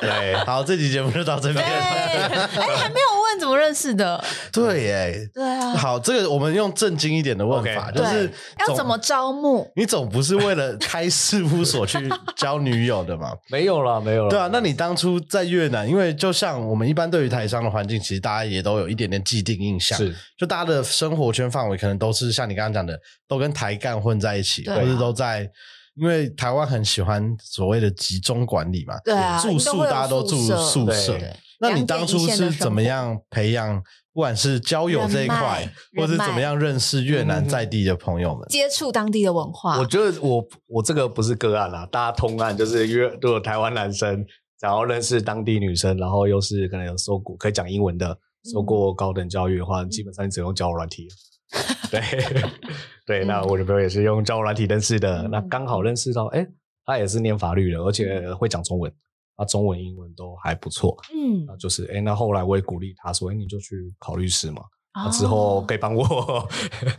Speaker 1: 对，
Speaker 2: 好，这期节目就到 这
Speaker 3: 对，
Speaker 2: 边。
Speaker 3: 哎，还没有问怎么认识的，
Speaker 2: 对，耶。
Speaker 3: 对啊，
Speaker 2: 好，这个我们用正经一点的问法，
Speaker 1: OK
Speaker 2: 就是
Speaker 3: 对要
Speaker 2: 总
Speaker 3: 怎么招募？
Speaker 2: 你总不是为了开事务所去交女友的嘛？
Speaker 1: 没有了，没有了。
Speaker 2: 对啊，那你当初在越南，因为就像我们一般对于台商的环境，其实大家也都有一点点既定印象，
Speaker 1: 是
Speaker 2: 就大家的生活圈范围可能都是像你刚刚讲的，都跟台干混在一起，
Speaker 3: 对
Speaker 2: 或
Speaker 3: 啊
Speaker 2: 者都在因为台湾很喜欢所谓的集中管理嘛，
Speaker 3: 对啊，
Speaker 2: 住
Speaker 3: 一定
Speaker 2: 宿
Speaker 3: 会有
Speaker 2: 大家都住宿
Speaker 1: 对
Speaker 2: 舍，
Speaker 3: 对
Speaker 2: 那你
Speaker 3: 两点
Speaker 2: 当
Speaker 3: 一
Speaker 2: 初
Speaker 3: 线
Speaker 2: 是
Speaker 3: 的生
Speaker 2: 怎么
Speaker 3: 活
Speaker 2: 样培养，不管是交友这一
Speaker 3: 人
Speaker 2: 块
Speaker 3: 脉，
Speaker 2: 或是
Speaker 3: 人
Speaker 2: 怎么
Speaker 3: 脉
Speaker 2: 样认识越南在地的朋友们？
Speaker 3: 接触当地的文化
Speaker 1: 我。觉得我我这个不是个案啦，大家通案就是约如果台湾男生想要认识当地女生，然后又是可能有受过可以讲英文的，受过高等教育的话，基本上你只能用交友软体了。对对，那我女朋友也是用交友软体认识的，
Speaker 3: 嗯
Speaker 1: 那刚好认识到，哎，她也是念法律的，而且会讲中文，她中文、英文都还不错。
Speaker 3: 嗯
Speaker 1: 那，就是，哎，那后来我也鼓励她说，哎，你就去考律师嘛，那之后可以帮我。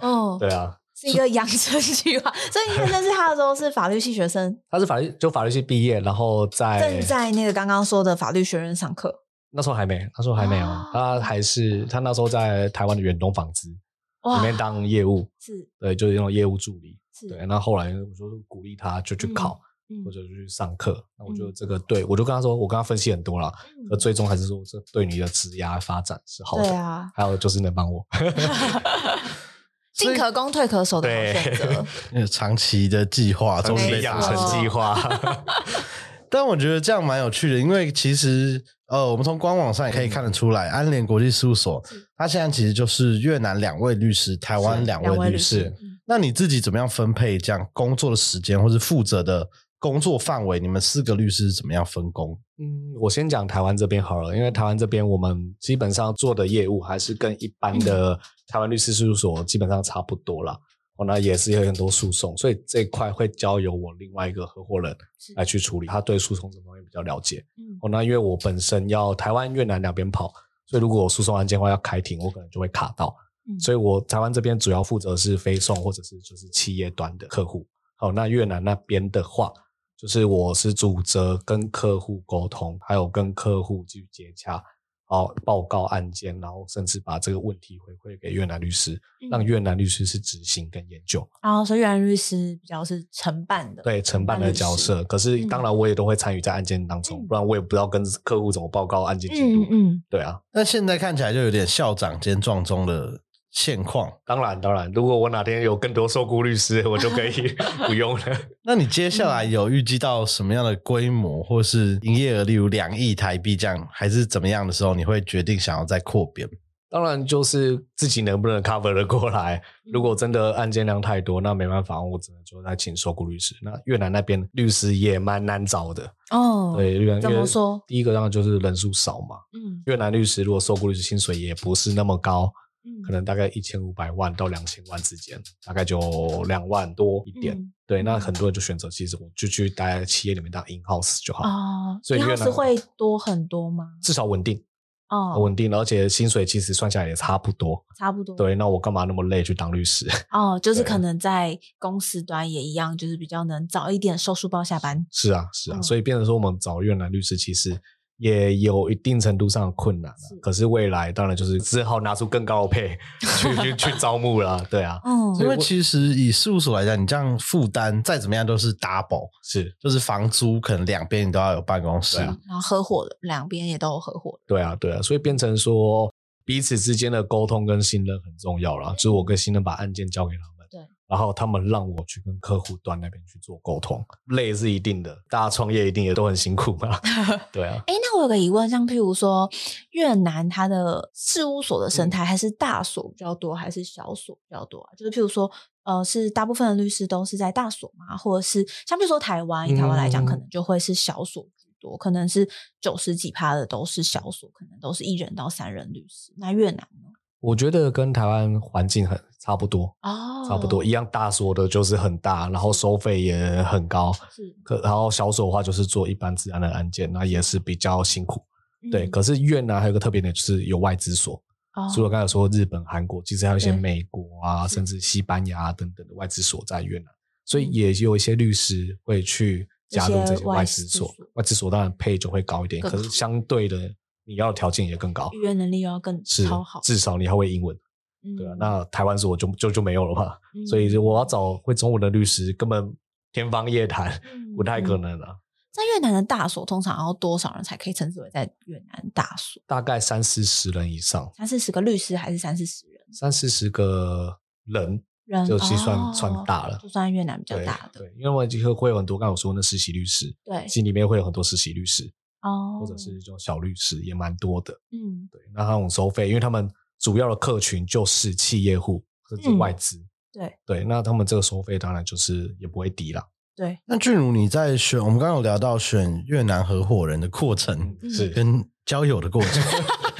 Speaker 3: 哦，嗯，
Speaker 1: 对啊，
Speaker 3: 是一个养成计划。 所以你认识他的时候是法律系学生，
Speaker 1: 她是法律就法律系毕业，然后在
Speaker 3: 正在那个刚刚说的法律学院上课。
Speaker 1: 那时候还没，那时候还没有，
Speaker 3: 哦
Speaker 1: 他还是他那时候在台湾的远东纺织里
Speaker 3: 哇，
Speaker 1: 面当业务，
Speaker 3: 是
Speaker 1: 对，就是那种业务助理。
Speaker 3: 是，
Speaker 1: 对，那后来我说鼓励他就去考，
Speaker 3: 嗯
Speaker 1: 或者去上课。那我觉得这个对我就跟他说，我跟他分析很多了，
Speaker 3: 嗯
Speaker 1: 可最终还是说这对你的职涯发展是好
Speaker 3: 对
Speaker 1: 的。
Speaker 3: 啊，
Speaker 1: 还有就是能帮我，
Speaker 3: 进可攻退可守的好
Speaker 1: 对哎
Speaker 3: 选择。
Speaker 2: 那个长期的计划终于
Speaker 3: 期
Speaker 2: 被
Speaker 3: 养
Speaker 2: 达
Speaker 3: 成
Speaker 2: 成。
Speaker 3: 计
Speaker 1: 划，
Speaker 2: 但我觉得这样蛮有趣的，因为其实呃，我们从官网上也可以看得出来，安联国际事务所它现在其实就是越南两位律师，台湾
Speaker 1: 是
Speaker 2: 两
Speaker 3: 两
Speaker 2: 位
Speaker 3: 位
Speaker 2: 律
Speaker 3: 律
Speaker 2: 师
Speaker 3: 师嗯。
Speaker 2: 那你自己怎么样分配这样工作的时间，或是负责的工作范围？你们四个律师怎么样分工？
Speaker 1: 嗯，我先讲台湾这边好了，因为台湾这边我们基本上做的业务还是跟一般的台湾律师事务所基本上差不多啦。哦，那也是有很多诉讼，所以这一块会交由我另外一个合伙人
Speaker 3: 是
Speaker 1: 来去处理，他对诉讼这方面比较了解。
Speaker 3: 嗯
Speaker 1: 哦，那因为我本身要台湾、越南两边跑，所以如果我诉讼案件的话要开庭，我可能就会卡到。
Speaker 3: 嗯
Speaker 1: 所以我台湾这边主要负责是非送或者是就是企业端的客户。好，那越南那边的话，就是我是主责跟客户沟通，还有跟客户去接洽，好报告案件，然后甚至把这个问题回馈给越南律师，
Speaker 3: 嗯
Speaker 1: 让越南律师是执行跟研究。
Speaker 3: 然哦后所以越南律师比较是承办的，
Speaker 1: 对承办的角色。可是当然，我也都会参与在案件当中，
Speaker 3: 嗯
Speaker 1: 不然我也不知道跟客户怎么报告案件进
Speaker 3: 嗯
Speaker 1: 度。
Speaker 3: 嗯嗯，
Speaker 1: 对啊，
Speaker 2: 那现在看起来就有点校长兼撞钟的现况。
Speaker 1: 当然当然，如果我哪天有更多受雇律师，我就可 以不用了。
Speaker 2: 那你接下来有预计到什么样的规模，或是营业额，例如两亿台币这样，还是怎么样的时候，你会决定想要再扩编？
Speaker 1: 当然就是自己能不能 cover 的过来。
Speaker 3: 嗯
Speaker 1: 如果真的案件量太多，那没办法，我只能就再请受雇律师。那越南那边律师也蛮难找的，
Speaker 3: 哦，
Speaker 1: 对，越南
Speaker 3: 怎么？说？
Speaker 1: 第一个当然就是人数少嘛。
Speaker 3: 嗯
Speaker 1: 越南律师如果受雇律师薪水也不是那么高，
Speaker 3: 嗯，
Speaker 1: 可能大概一千五百万到两千万之间，大概就两万多一点。
Speaker 3: 嗯
Speaker 1: 对，那很多人就选择，其实我就去待在企业里面当 in house 就好，
Speaker 3: 哦，
Speaker 1: 所以
Speaker 3: 银
Speaker 1: 越
Speaker 3: 行
Speaker 1: 南
Speaker 3: 是会多很多吗？
Speaker 1: 至少稳定，
Speaker 3: 哦，
Speaker 1: 稳定，而且薪水其实算下来也差不多。
Speaker 3: 差不多。
Speaker 1: 对，那我干嘛那么累去当律师？
Speaker 3: 哦，就是
Speaker 1: 对
Speaker 3: 可能在公司端也一样，就是比较能早一点收书包下班。
Speaker 1: 是啊，是啊，
Speaker 3: 嗯
Speaker 1: 所以变成说我们找越南律师其实。也有一定程度上的困难、啊，
Speaker 3: 是
Speaker 1: 可是未来当然就是只好拿出更高的配 去去去招募 啦，对啊，
Speaker 3: 嗯
Speaker 2: 因为
Speaker 1: 我
Speaker 2: 其实以事务所来讲，你这样负担再怎么样都是 double，
Speaker 1: 是
Speaker 2: 就是房租可能两边你都要有办公室。
Speaker 1: 对啊
Speaker 3: 然后合伙的两边也都有合伙
Speaker 1: 对啊，对啊，所以变成说彼此之间的沟通跟信任很重要啦。就是我跟新人把案件交给他们，
Speaker 3: 对，
Speaker 1: 然后他们让我去跟客户端那边去做沟通，累是一定的，大家创业一定也都很辛苦 嘛，
Speaker 3: 的。
Speaker 1: 对啊。
Speaker 3: 哎，那我有个疑问，像譬如说越南，它的事务所的
Speaker 1: 嗯
Speaker 3: 生态还是大所比较多，还是小所比较多啊？就是譬如说，呃，是大部分的律师都是在大所嘛，或者是像譬如说台湾，以台湾来讲，可
Speaker 1: 嗯
Speaker 3: 能就会是小所居多，可能是九十几趴的都是小所，可能都是一人到三人律师。那越南呢？
Speaker 1: 我觉得跟台湾环境很差不多，
Speaker 3: 哦
Speaker 1: 差不多一样大所的就是很大，然后收费也很高。
Speaker 3: 哦是
Speaker 1: 可然后小所的话就是做一般治安的案件，那也是比较辛苦。对，
Speaker 3: 嗯
Speaker 1: 可是越南还有一个特别点就是有外资所，
Speaker 3: 哦
Speaker 1: 除了刚才说日本、韩国，其实还有一些
Speaker 3: 对
Speaker 1: 美国啊，
Speaker 3: 是
Speaker 1: 甚至西班牙等等的外资所在越南，所以
Speaker 3: 嗯
Speaker 1: 也有一些律师会去加入这些外资所
Speaker 3: 这些
Speaker 1: 外
Speaker 3: 外资所。
Speaker 1: 资所当然配就会高一点，
Speaker 3: 更
Speaker 1: 可
Speaker 3: 好
Speaker 1: 是相对的你要的条件也更高，
Speaker 3: 语言能力又要更
Speaker 1: 是
Speaker 3: 超好，嗯
Speaker 1: 至少你还会英文，对啊。那台湾所我就就就没有了嘛，
Speaker 3: 那
Speaker 1: 所以我要找会中文的律师根本天方夜谭，不太可。
Speaker 3: 嗯嗯
Speaker 1: 能啊了。
Speaker 3: 在越南的大所通常要多少人才可以称之为在越南大所？
Speaker 1: 大概三四十人以上，
Speaker 3: 三四十个律师还是三四十人？
Speaker 1: 三四十个人
Speaker 3: 人
Speaker 1: 就其实算
Speaker 3: 哦
Speaker 1: 算大了
Speaker 3: 就算越南比较
Speaker 1: 对
Speaker 3: 大的，
Speaker 1: 对，因为我就会有很多，刚才我说那实习律师，
Speaker 3: 对
Speaker 1: 其实里面会有很多实习律师，
Speaker 3: 哦，
Speaker 1: 或者是这种小律师也蛮多的。
Speaker 3: 嗯
Speaker 1: 对，那他那种收费，因为他们主要的客群就是企业户甚至
Speaker 3: 嗯
Speaker 1: 外资。
Speaker 3: 对
Speaker 1: 对，那他们这个收费当然就是也不会低啦。
Speaker 3: 对，
Speaker 2: 那俊如，你在选我们刚刚有聊到选越南合伙人的过程
Speaker 3: 嗯
Speaker 1: 是
Speaker 2: 跟交友的过程，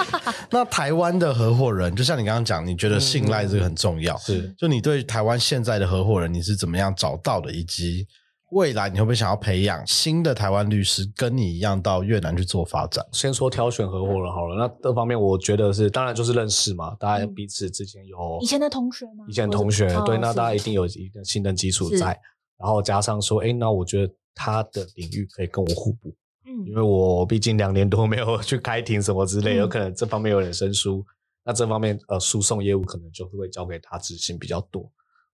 Speaker 2: 那台湾的合伙人，就像你刚刚讲，你觉得信
Speaker 1: 嗯
Speaker 2: 赖这个很重要，
Speaker 1: 是，
Speaker 2: 就你对台湾现在的合伙人，你是怎么样找到的，以及未来你会不会想要培养新的台湾律师，跟你一样到越南去做发展？
Speaker 1: 先说挑选合伙人好了。那这方面我觉得是，当然就是认识嘛，大家
Speaker 3: 嗯
Speaker 1: 彼此之间有
Speaker 3: 以前的同学吗
Speaker 1: 以前
Speaker 3: 或
Speaker 1: 的
Speaker 3: 者
Speaker 1: 同学，
Speaker 3: 哦
Speaker 1: 对，那
Speaker 3: 是
Speaker 1: 大家一定有一定信任基础
Speaker 3: 是
Speaker 1: 在，然后加上说，哎，那我觉得他的领域可以跟我互补。因
Speaker 3: 嗯
Speaker 1: 为我毕竟两年多没有 去开庭什么之类，
Speaker 3: 嗯
Speaker 1: 有可能这方面有点生疏。那这方面呃，诉讼业务可能就会交给他执行比较多。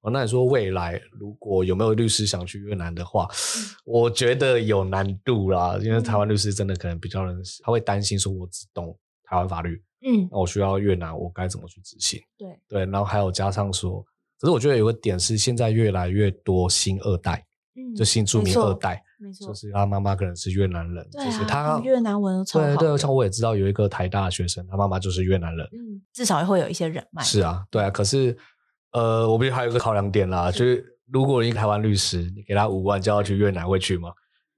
Speaker 1: 哦，那你说未来如果有没有律师想去越南的话，
Speaker 3: 嗯
Speaker 1: 我觉得有难度啦，因为台湾律师真的可能比较人，他会担心说我只懂台湾法律，
Speaker 3: 嗯
Speaker 1: 那我需要越南，我该怎么去执行？
Speaker 3: 对
Speaker 1: 对，然后还有加上说，可是我觉得有个点是，现在越来越多新二代，
Speaker 3: 嗯
Speaker 1: 就新住
Speaker 3: 没
Speaker 1: 民
Speaker 3: 错
Speaker 1: 二代，
Speaker 3: 没错
Speaker 1: 就是他妈妈可能是越南人，
Speaker 3: 对
Speaker 1: 就是
Speaker 3: 啊
Speaker 1: 他
Speaker 3: 嗯越南文都超
Speaker 1: 对
Speaker 3: 好
Speaker 1: 对，
Speaker 3: 的
Speaker 1: 像我也知道有一个台大的学生，他妈妈就是越南人。
Speaker 3: 嗯至少会有一些人脉
Speaker 1: 是啊，对啊。可是呃，我必须还有一个考量点啦，就是如果你台湾律师，你给他五万叫他去越南，会去吗？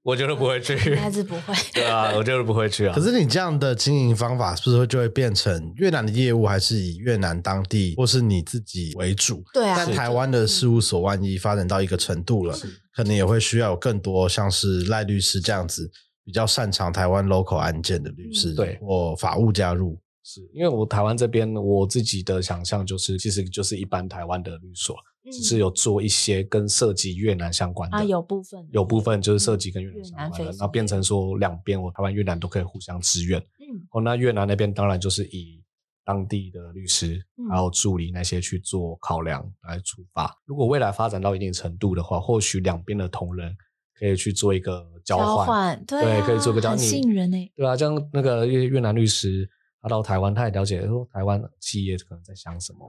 Speaker 1: 我觉得不会去，
Speaker 3: 应该是不会
Speaker 1: 对啊，我觉得不会去啊。
Speaker 2: 可是你这样的经营方法，是不是就会变成越南的业务还是以越南当地或是你自己为主？
Speaker 3: 对啊
Speaker 2: 但台湾的事务所万一发展到一个程度了，可能也会需要有更多像是赖律师这样子比较擅长台湾 local 案件的律师，
Speaker 3: 嗯
Speaker 1: 对
Speaker 2: 或法务加入。
Speaker 1: 是因为我台湾这边我自己的想象就是，其实就是一般台湾的律所，啊只是
Speaker 3: 有
Speaker 1: 有做一些跟涉及越南相关的
Speaker 3: 嗯啊有部分
Speaker 1: 有部分就是涉及跟越南相关
Speaker 3: 越南
Speaker 1: 的
Speaker 3: 非，
Speaker 1: 那变成说两边我台湾越南都可以互相支援。
Speaker 3: 嗯
Speaker 1: 哦，那越南那边当然就是以当地的律师
Speaker 3: 嗯
Speaker 1: 还有助理那些去做考量来出发。如果未来发展到一定程度的话，或许两边的同仁可以去做一个交换，
Speaker 3: 换对
Speaker 1: 对
Speaker 3: 啊
Speaker 1: 可以做个交
Speaker 3: 很
Speaker 1: 你
Speaker 3: 信任呢
Speaker 1: 对啊，像那个越越南律师，他到台湾，他也了解说台湾企业可能在想什么。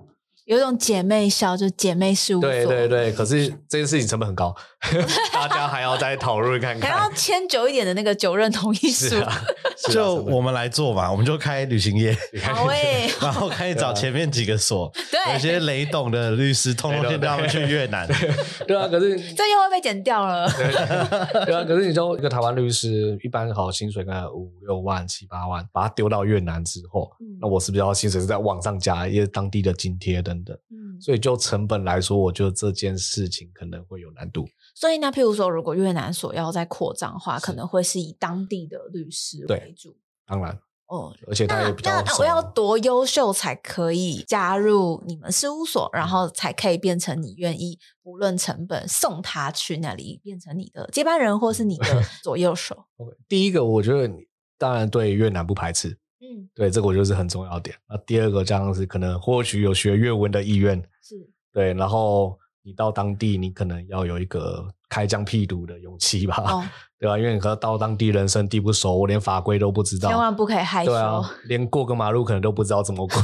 Speaker 3: 有一种姐妹校就姐妹事务所
Speaker 1: 对对对，可是
Speaker 3: 嗯
Speaker 1: 这件事情成本很高， 大家还要再讨论看
Speaker 3: 还要
Speaker 1: 看。
Speaker 3: 签久一点的那个九认同意书
Speaker 1: 是啊，是啊
Speaker 2: 就
Speaker 1: 成本
Speaker 2: 我们来做嘛，我们就开旅行业，
Speaker 3: 好诶
Speaker 2: 然后开
Speaker 1: 啊
Speaker 2: 始找前面几个所，有一
Speaker 3: 对
Speaker 2: 些雷董的律师，通通先让他们去越南。
Speaker 1: 对啊，可是
Speaker 3: 这又会被剪掉了
Speaker 1: 对啊，可是你说一个台湾律师，一般好薪水可能五六万、七八万，把他丢到越南之后，
Speaker 3: 嗯
Speaker 1: 那我是不是要薪水是在往上加，一些当地的津贴等等？
Speaker 3: 嗯
Speaker 1: 所以就成本来说，我觉得这件事情可能会有难度。
Speaker 3: 所以呢，譬如说，如果越南所要再扩张的话，
Speaker 1: 是
Speaker 3: 可能会是以当地的律师
Speaker 1: 对
Speaker 3: 为主。
Speaker 1: 当然，
Speaker 3: 哦，
Speaker 1: 而且他
Speaker 3: 那
Speaker 1: 也比较
Speaker 3: 那
Speaker 1: 熟
Speaker 3: 我要多优秀才可以加入你们事务所，然后
Speaker 1: 嗯
Speaker 3: 才可以变成你愿意不论成本送他去那里，变成你的接班人或是你 的左右手。
Speaker 1: OK，第一个，我觉得你当然对越南不排斥，
Speaker 3: 嗯，
Speaker 1: 对这个我觉得是很重要的点。那第二个，这样是可能或许有学越文的意愿，
Speaker 3: 是
Speaker 1: 对，然后你到当地，你可能要有一个开疆辟土的勇气吧。
Speaker 3: 哦，
Speaker 1: 对啊吧、因为你可能到当地人生地不熟，我连法规都不知道，
Speaker 3: 千万不可以害羞，
Speaker 1: 对啊，连过个马路可能都不知道怎么 过，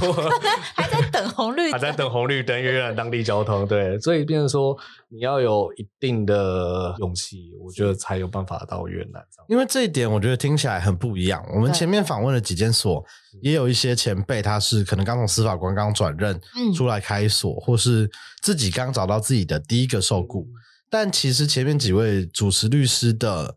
Speaker 3: 还在等红 绿
Speaker 1: 还在
Speaker 3: 灯。
Speaker 1: 等红绿 灯，因为越南当地交通对，所以变成说你要有一定的勇气，我觉得才有办法到越南这样。
Speaker 2: 因为这一点，我觉得听起来很不一样。我们
Speaker 3: 对
Speaker 2: 前面访问了几间所，也有一些前辈，他是可能刚从司法官刚转任
Speaker 3: 嗯
Speaker 2: 出来开所，或是自己刚找到自己的第一个
Speaker 3: 嗯
Speaker 2: 受雇。但其实前面几位主持律师的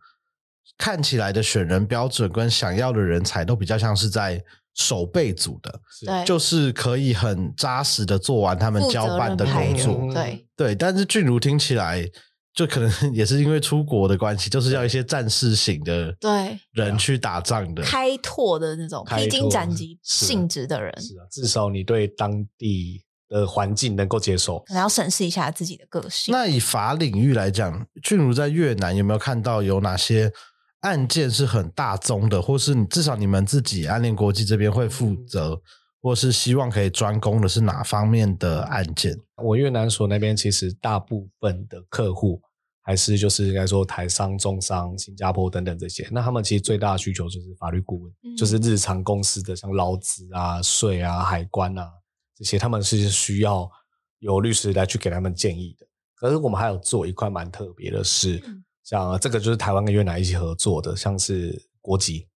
Speaker 2: 看起来的选人标准跟想要的人才，都比较像是在守备组的，
Speaker 1: 是
Speaker 3: 对
Speaker 2: 就是可以很扎实的做完他们
Speaker 3: 负责
Speaker 2: 交办的
Speaker 3: 任
Speaker 2: 工
Speaker 3: 派
Speaker 2: 作。
Speaker 1: 人
Speaker 3: 对，
Speaker 2: 对，但是俊如听起来，就可能 也是因为出国的关系，就是要一些战士型的
Speaker 3: 对啊
Speaker 2: 人去打仗的。
Speaker 3: 开拓的那种
Speaker 1: 开
Speaker 3: 披荆
Speaker 1: 拓
Speaker 3: 斩棘
Speaker 1: 是
Speaker 3: 性质的人，
Speaker 1: 是啊，至少你对当地的环境能够接受。
Speaker 3: 可能要审视一下自己的个性。
Speaker 2: 那以法领域来讲，俊如在越南有没有看到有哪些案件是很大宗的，或是你至少你们自己安联国际这边会负
Speaker 3: 嗯
Speaker 2: 责，或是希望可以专攻的是哪方面的案件？
Speaker 1: 我越南所那边其实大部分的客户还是就是应该说台商、中商、新加坡等等这些，那他们其实最大的需求就是法律顾问，
Speaker 3: 嗯
Speaker 1: 就是日常公司的像劳资啊、税啊、海关啊这些，他们是需要由律师来去给他们建议的。可是我们还有做一块蛮特别的事，
Speaker 3: 嗯
Speaker 1: 像这个就是台湾跟越南一起合作的，像是国籍，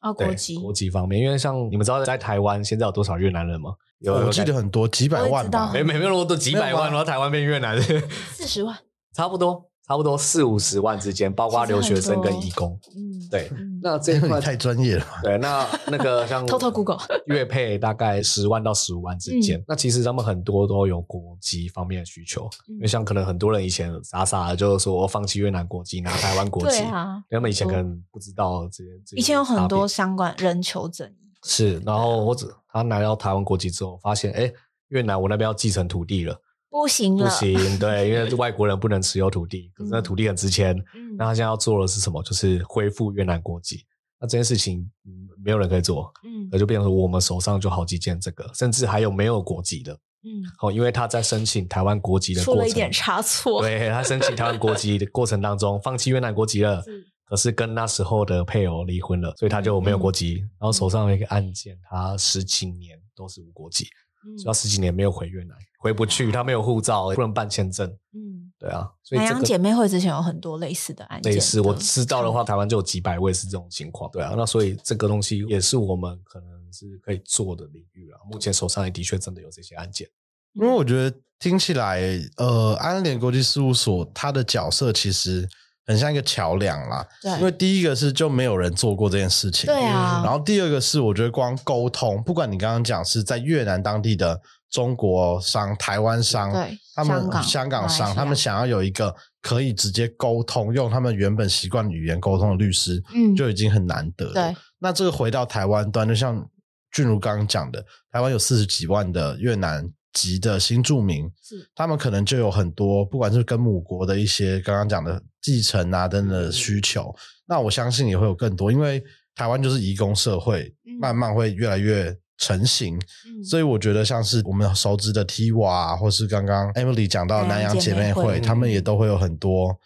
Speaker 3: 哦，
Speaker 1: 对
Speaker 3: 国籍，
Speaker 1: 国籍方面，因为像你们知道在台湾现在有多少越南人吗？有，有
Speaker 2: 我记得很多几百
Speaker 3: 我也
Speaker 2: 万
Speaker 3: 知
Speaker 2: 吧
Speaker 3: 道，
Speaker 1: 没没没有那么多几百万，
Speaker 2: 没有吗
Speaker 1: 然
Speaker 3: 啊
Speaker 1: 后台湾变越南 人，
Speaker 3: 四十万，
Speaker 1: 差不多差不多四五十万之间，包括
Speaker 3: 其实
Speaker 1: 留学生
Speaker 3: 很多
Speaker 1: 跟义工。
Speaker 3: 嗯，
Speaker 1: 对
Speaker 3: 嗯
Speaker 1: 那这
Speaker 2: 这
Speaker 1: 一
Speaker 2: 个
Speaker 1: 块
Speaker 2: 你太专业了吧。
Speaker 1: 对，那那个像
Speaker 3: 偷偷 Google
Speaker 1: 月配大概十万到十五万之间。那其实他们很多都有国籍方面的需求，
Speaker 3: 嗯
Speaker 1: 因为像可能很多人以前傻傻的就是说我放弃越南国籍拿台湾国籍，
Speaker 3: 对啊，
Speaker 1: 他们以前可能不知道这些。这些
Speaker 3: 以前有
Speaker 1: 差
Speaker 3: 很
Speaker 1: 别
Speaker 3: 多相关人求证，
Speaker 1: 是，然后或者他拿到台湾国籍之后，发现哎。诶越南我那边要继承土地了，
Speaker 3: 不行
Speaker 1: 不
Speaker 3: 了，
Speaker 1: 行，对，因为外国人不能持有土地，可是那
Speaker 3: 嗯
Speaker 1: 土地很值钱，
Speaker 3: 嗯，
Speaker 1: 那他现在要做的是什么？就是恢复越南国籍。那这件事情，嗯没有人可以做，
Speaker 3: 嗯
Speaker 1: 那就变成我们手上就好几件这个，甚至还有没有国籍的。
Speaker 3: 嗯，
Speaker 1: 哦，因为他在申请台湾国籍的
Speaker 3: 出
Speaker 1: 过
Speaker 3: 了
Speaker 1: 程，
Speaker 3: 一点差错，
Speaker 1: 对他申请台湾国籍的过程当中，放弃越南国籍了
Speaker 3: 是，
Speaker 1: 可是跟那时候的配偶离婚了，所以他就没
Speaker 3: 嗯
Speaker 1: 有国籍。然后手上有一个案件，他十几年都是无国籍，
Speaker 3: 嗯啊
Speaker 1: 所以他十几年没有回越南，回不去，他没有护照，不能办签证。
Speaker 3: 嗯，
Speaker 1: 对啊，所以
Speaker 3: 南
Speaker 1: 这
Speaker 3: 洋
Speaker 1: 个
Speaker 3: 姐妹会之前有很多类似的案件，
Speaker 1: 类似我知道
Speaker 3: 嗯
Speaker 1: 的话，，台湾就有几百位是这种情况。对啊，那所以这个东西也是我们可能是可以做的领域啊。目前手上也的确真的有这些案件。
Speaker 2: 因为我觉得听起来，呃，安联国际事务所它的角色其实很像一个桥梁啦。
Speaker 3: 对
Speaker 2: 因为第一个是就没有人做过这件事情，
Speaker 3: 对啊，
Speaker 2: 然后第二个是，我觉得光沟通，不管你刚刚讲是在越南当地的中国商、台湾商，
Speaker 3: 对
Speaker 2: 他们
Speaker 3: 香港马来西
Speaker 2: 商，
Speaker 3: 亚
Speaker 2: 他们想要有一个可以直接沟通，用他们原本习惯语言沟通的律师，
Speaker 3: 嗯
Speaker 2: 就已经很难得了。
Speaker 3: 对，
Speaker 2: 那这个回到台湾端，就像俊如刚刚讲的，台湾有四十几万的越南籍的新住民，
Speaker 3: 是
Speaker 2: 他们可能就有很多，不管是跟母国的一些刚刚讲的继承啊等等
Speaker 3: 嗯
Speaker 2: 的需求。那我相信也会有更多，因为台湾就是移工社会，
Speaker 3: 嗯
Speaker 2: 慢慢会越来越成型。
Speaker 3: 嗯
Speaker 2: 所以我觉得像是我们熟知的 T 瓦、啊，或是刚刚 Emily 讲到的南
Speaker 3: 南
Speaker 2: 洋
Speaker 3: 洋
Speaker 2: 姐
Speaker 3: 姐妹嗯
Speaker 2: 妹会，
Speaker 1: 会
Speaker 2: 他们也都会有很多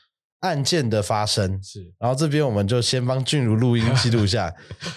Speaker 2: 案件的发生。
Speaker 1: 是，
Speaker 2: 然后这边我们就先帮俊如录音记录 下，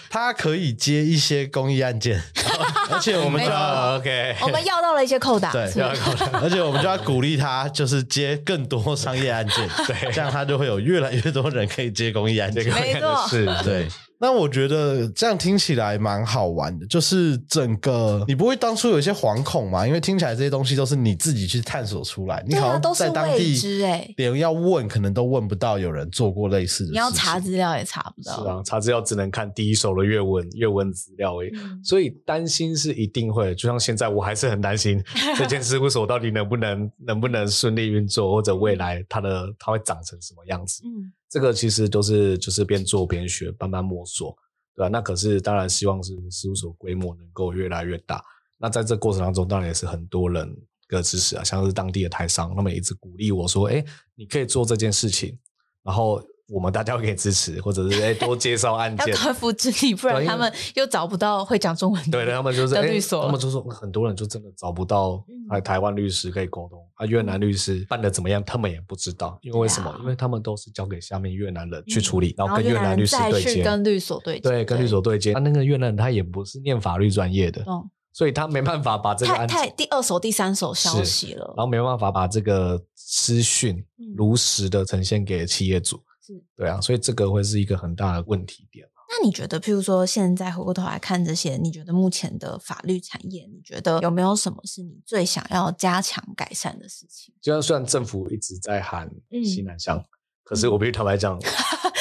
Speaker 2: 他可以接一些公益案件， 而且我们就要
Speaker 1: 啊 OK，
Speaker 3: 我们要到了一些扣打，
Speaker 2: 对
Speaker 3: 是不是
Speaker 2: 而且我们就要鼓励他，就是接更多商业案件， 对，这样他就会有越来越多人可以接公益案件。
Speaker 3: 没错
Speaker 1: 是，
Speaker 2: 对，那我觉得这样听起来蛮好玩的，就是整个你不会当初有一些惶恐嘛？因为听起来这些东西都是你自己去探索出来，你
Speaker 3: 对啊
Speaker 2: 好像
Speaker 3: 都是
Speaker 2: 在当
Speaker 3: 未
Speaker 2: 地
Speaker 3: 知欸
Speaker 2: 连要问可能都问不到有人做过类似的事情，
Speaker 3: 你要查资料也查不
Speaker 1: 是
Speaker 3: 到，
Speaker 1: 啊，查资料只能看第一手的阅文阅文资料而已。
Speaker 3: 嗯
Speaker 1: 所以担心是一定会的，就像现在我还是很担 心这间事务所到底能不能能不能顺利运作，或者未来它的它会长成什么样子。
Speaker 3: 嗯
Speaker 1: 这个其实都是就是边做边学，慢慢摸索，对吧、那可是当然希望是事务所规模能够越来越大。那在这过程当中，当然也是很多人的支持啊，像是当地的台商，他们也一直鼓励我说：“哎，你可以做这件事情。”然后我们大家会给支持，或者是哎多介绍案
Speaker 3: 要
Speaker 1: 件。
Speaker 3: 克服之力，不
Speaker 1: 对因
Speaker 3: 然
Speaker 1: 为
Speaker 3: 他们又找不到会讲中文的
Speaker 1: 对，
Speaker 3: 人。
Speaker 1: 他们就是
Speaker 3: 的
Speaker 1: 哎，
Speaker 3: 律所
Speaker 1: 他们就说很多人就真的找不到
Speaker 3: 嗯
Speaker 1: 台台湾律师可以沟通啊，越南律师办的怎么样，他们也不知道，因为为什么
Speaker 3: 对啊？
Speaker 1: 因为他们都是交给下面越南人去
Speaker 3: 嗯
Speaker 1: 处理，
Speaker 3: 然
Speaker 1: 后跟
Speaker 3: 越
Speaker 1: 南
Speaker 3: 南
Speaker 1: 律
Speaker 3: 人
Speaker 1: 师
Speaker 3: 再
Speaker 1: 对
Speaker 3: 去
Speaker 1: 接，
Speaker 3: 跟律所对接，
Speaker 1: 对，跟律所对接。他啊那个越南人他也不是念法律专业的，
Speaker 3: 懂，
Speaker 1: 所以他没办法把这个
Speaker 3: 太
Speaker 1: 案子，
Speaker 3: 太第二手、第三手消息
Speaker 1: 然
Speaker 3: 了，
Speaker 1: 后没办法把这个资讯
Speaker 3: 嗯
Speaker 1: 如实的呈现给企业主
Speaker 3: 是。
Speaker 1: 对啊，所以这个会是一个很大的问题点。
Speaker 3: 那你觉得，譬如说现在回过头来看这些，你觉得目前的法律产业，你觉得有没有什么是你最想要加强改善的 事情？
Speaker 1: 就像虽然政府一直在喊
Speaker 3: 嗯
Speaker 1: 西南向，可是我必须坦白讲，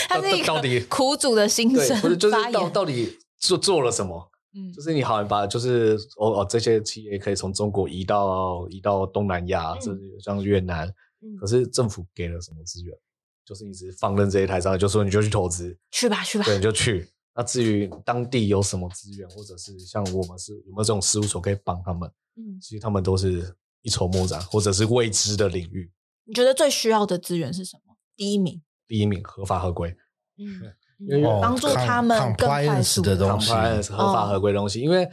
Speaker 3: 它是一个
Speaker 1: 到 底
Speaker 3: 苦主的心
Speaker 1: 对，
Speaker 3: 声
Speaker 1: 不是就
Speaker 3: 发
Speaker 1: 是到
Speaker 3: 言，
Speaker 1: 到底做做了什么？
Speaker 3: 嗯
Speaker 1: 就是你好，你把就是哦哦，这些企业可以从中国移到移到东南亚，
Speaker 3: 嗯
Speaker 1: 甚至像越南，
Speaker 3: 嗯
Speaker 1: 可是政府给了什么资源？就是你只是放任这些台商，就说你就去投资，
Speaker 3: 去吧去吧，
Speaker 1: 对，你就去。那至于当地有什么资源，或者是像我们是有没有这种事务所可以帮他们，
Speaker 3: 嗯，
Speaker 1: 其实他们都是一筹莫展，或者是未知的领域。
Speaker 3: 你觉得最需要的资源是什么？第一名，
Speaker 1: 第一名合法合规
Speaker 3: 嗯，
Speaker 1: 因为
Speaker 3: 嗯帮助他们更快
Speaker 2: 哦 compliance
Speaker 3: 速
Speaker 2: 的东西，
Speaker 1: ，compliance 合法合规的东
Speaker 3: 嗯
Speaker 1: 西，因为。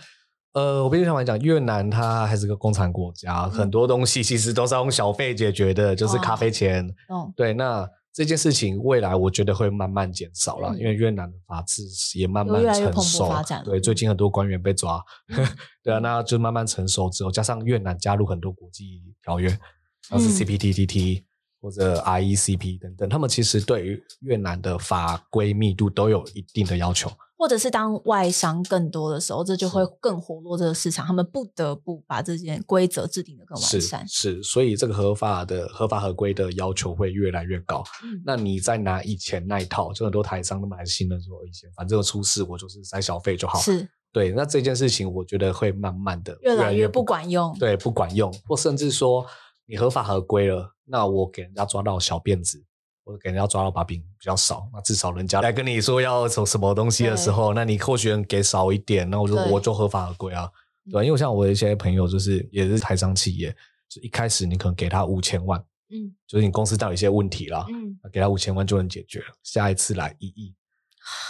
Speaker 1: 呃，我必须坦白讲，越南它还是个共
Speaker 3: 嗯哦
Speaker 1: 产国家，很多东西其实都是要用小费解决的，就是咖啡钱，
Speaker 3: 懂
Speaker 1: 对，那这件事情未来我觉得会慢慢减少了，
Speaker 3: 嗯
Speaker 1: 因为越南的法治也慢慢
Speaker 3: 有越来越
Speaker 1: 成
Speaker 3: 蓬勃
Speaker 1: 熟。
Speaker 3: 发展嗯
Speaker 1: 对，最近很多官员被抓， 对啊，那就慢慢成熟之后，加上越南加入很多国际条约，像是
Speaker 3: 嗯
Speaker 1: CPTPP 或者 IECP 等等，他们其实对于越南的法规密度都有一定的要求。
Speaker 3: 或者是当外商更多的时候，这就会更活络这个市场，他们不得不把这些规则制定的更完善。
Speaker 1: 是是，所以这个合法的合法合规的要求会越来越高。
Speaker 3: 嗯
Speaker 1: 那你再拿以前那一套，就很多台商都蛮信任说，以前反正有出事我就是塞小费就好。
Speaker 3: 是
Speaker 1: 对，那这件事情我觉得会慢慢的
Speaker 3: 越来
Speaker 1: 越
Speaker 3: 越不管用。
Speaker 1: 对不管用，或甚至说你合法合规了，那我给人家抓到小辫子。我给人家抓到把柄比较少，那至少人家来跟你说要什什么东西的时
Speaker 3: 对
Speaker 1: 候，那你或许能给少一点，那我就
Speaker 3: 对
Speaker 1: 我就合法合规啊，对吧
Speaker 3: 嗯
Speaker 1: 因为像我的一些朋友，就是也是台商企业，就一开始你可能给他五千万，
Speaker 3: 嗯
Speaker 1: 就是你公司到底有一些问题啦，
Speaker 3: 嗯，
Speaker 1: 给他五千万就能解决了，下一次来一亿，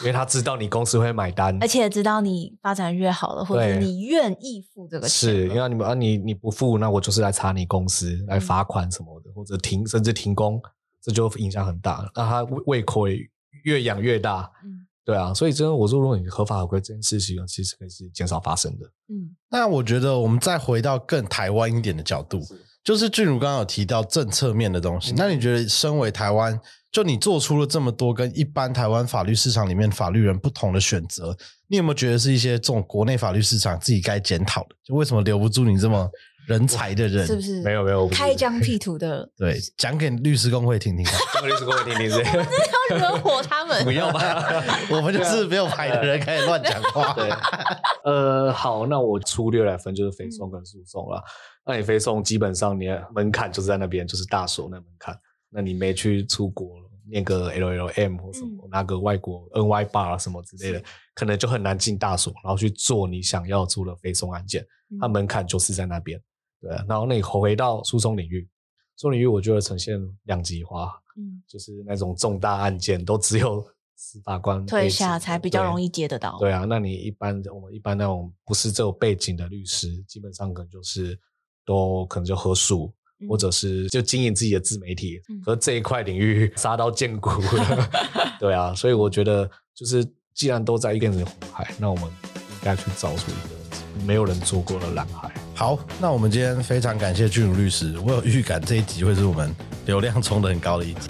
Speaker 1: 因为他知道你公司会买单，
Speaker 3: 而且知道你发展越好了，或者
Speaker 1: 对
Speaker 3: 你愿意付这个钱
Speaker 1: 是，
Speaker 3: 了嗯
Speaker 1: 因为你们啊，你你不付，那我就是来查你公司，来罚款什么的，或者停，甚至停工，这就影响很大。那他胃胃口也越养越大，
Speaker 3: 嗯
Speaker 1: 对啊。所以真的，我说如果你合法合规这件事情，其实可以是减少发生的。
Speaker 3: 嗯
Speaker 2: 那我觉得我们再回到更台湾一点的角度，就是俊如刚刚有提到政策面的东西，
Speaker 1: 嗯
Speaker 2: 那你觉得身为台湾，就你做出了这么多跟一般台湾法律市场里面法律人不同的选择，你有没有觉得是一些这种国内法律市场自己该检讨的？就为什么留不住你这么人才的人？，
Speaker 3: 是不是？
Speaker 1: 没有没有，
Speaker 3: 开疆 辟土的
Speaker 2: 对，讲给律师工会听听看，
Speaker 1: 这个律师跟我听听是，
Speaker 3: 要惹火他们，
Speaker 1: 不要 吧。
Speaker 2: 我们就是没有牌的人可以乱讲话。
Speaker 1: 对，呃，好，那我粗略来分
Speaker 3: 嗯
Speaker 1: 就是非讼跟诉讼了。那你非讼基本上你的门槛就是在那边，就是大所那门槛。那你没去出国念个 LLM 或什
Speaker 3: 嗯
Speaker 1: 么，拿个外国 NY bar 啊什么之类的，可能就很难进大所，然后去做你想要做的非讼案件。
Speaker 3: 嗯
Speaker 1: 它门槛就是在那边。对啊，然后那你回到诉讼领域，诉讼领域我觉得呈现两极化，
Speaker 3: 嗯
Speaker 1: 就是那种重大案件都只有司法官
Speaker 3: 退下才比较
Speaker 1: 易。对
Speaker 3: 容易接得到。
Speaker 1: 对啊，那你一般我们一般那种不是这种背景的律师，基本上可能就是都可能就合署，
Speaker 3: 嗯，
Speaker 1: 或者是就经营自己的自媒体
Speaker 3: 嗯，
Speaker 1: 和这一块领域 杀到见骨了。 对啊，所以我觉得就是既然都在一片红海，那我们应该去找出一个没有人做过的蓝海。
Speaker 2: 好，那我们今天非常感谢俊如律师，我有预感这一集会是我们流量冲的很高的一集。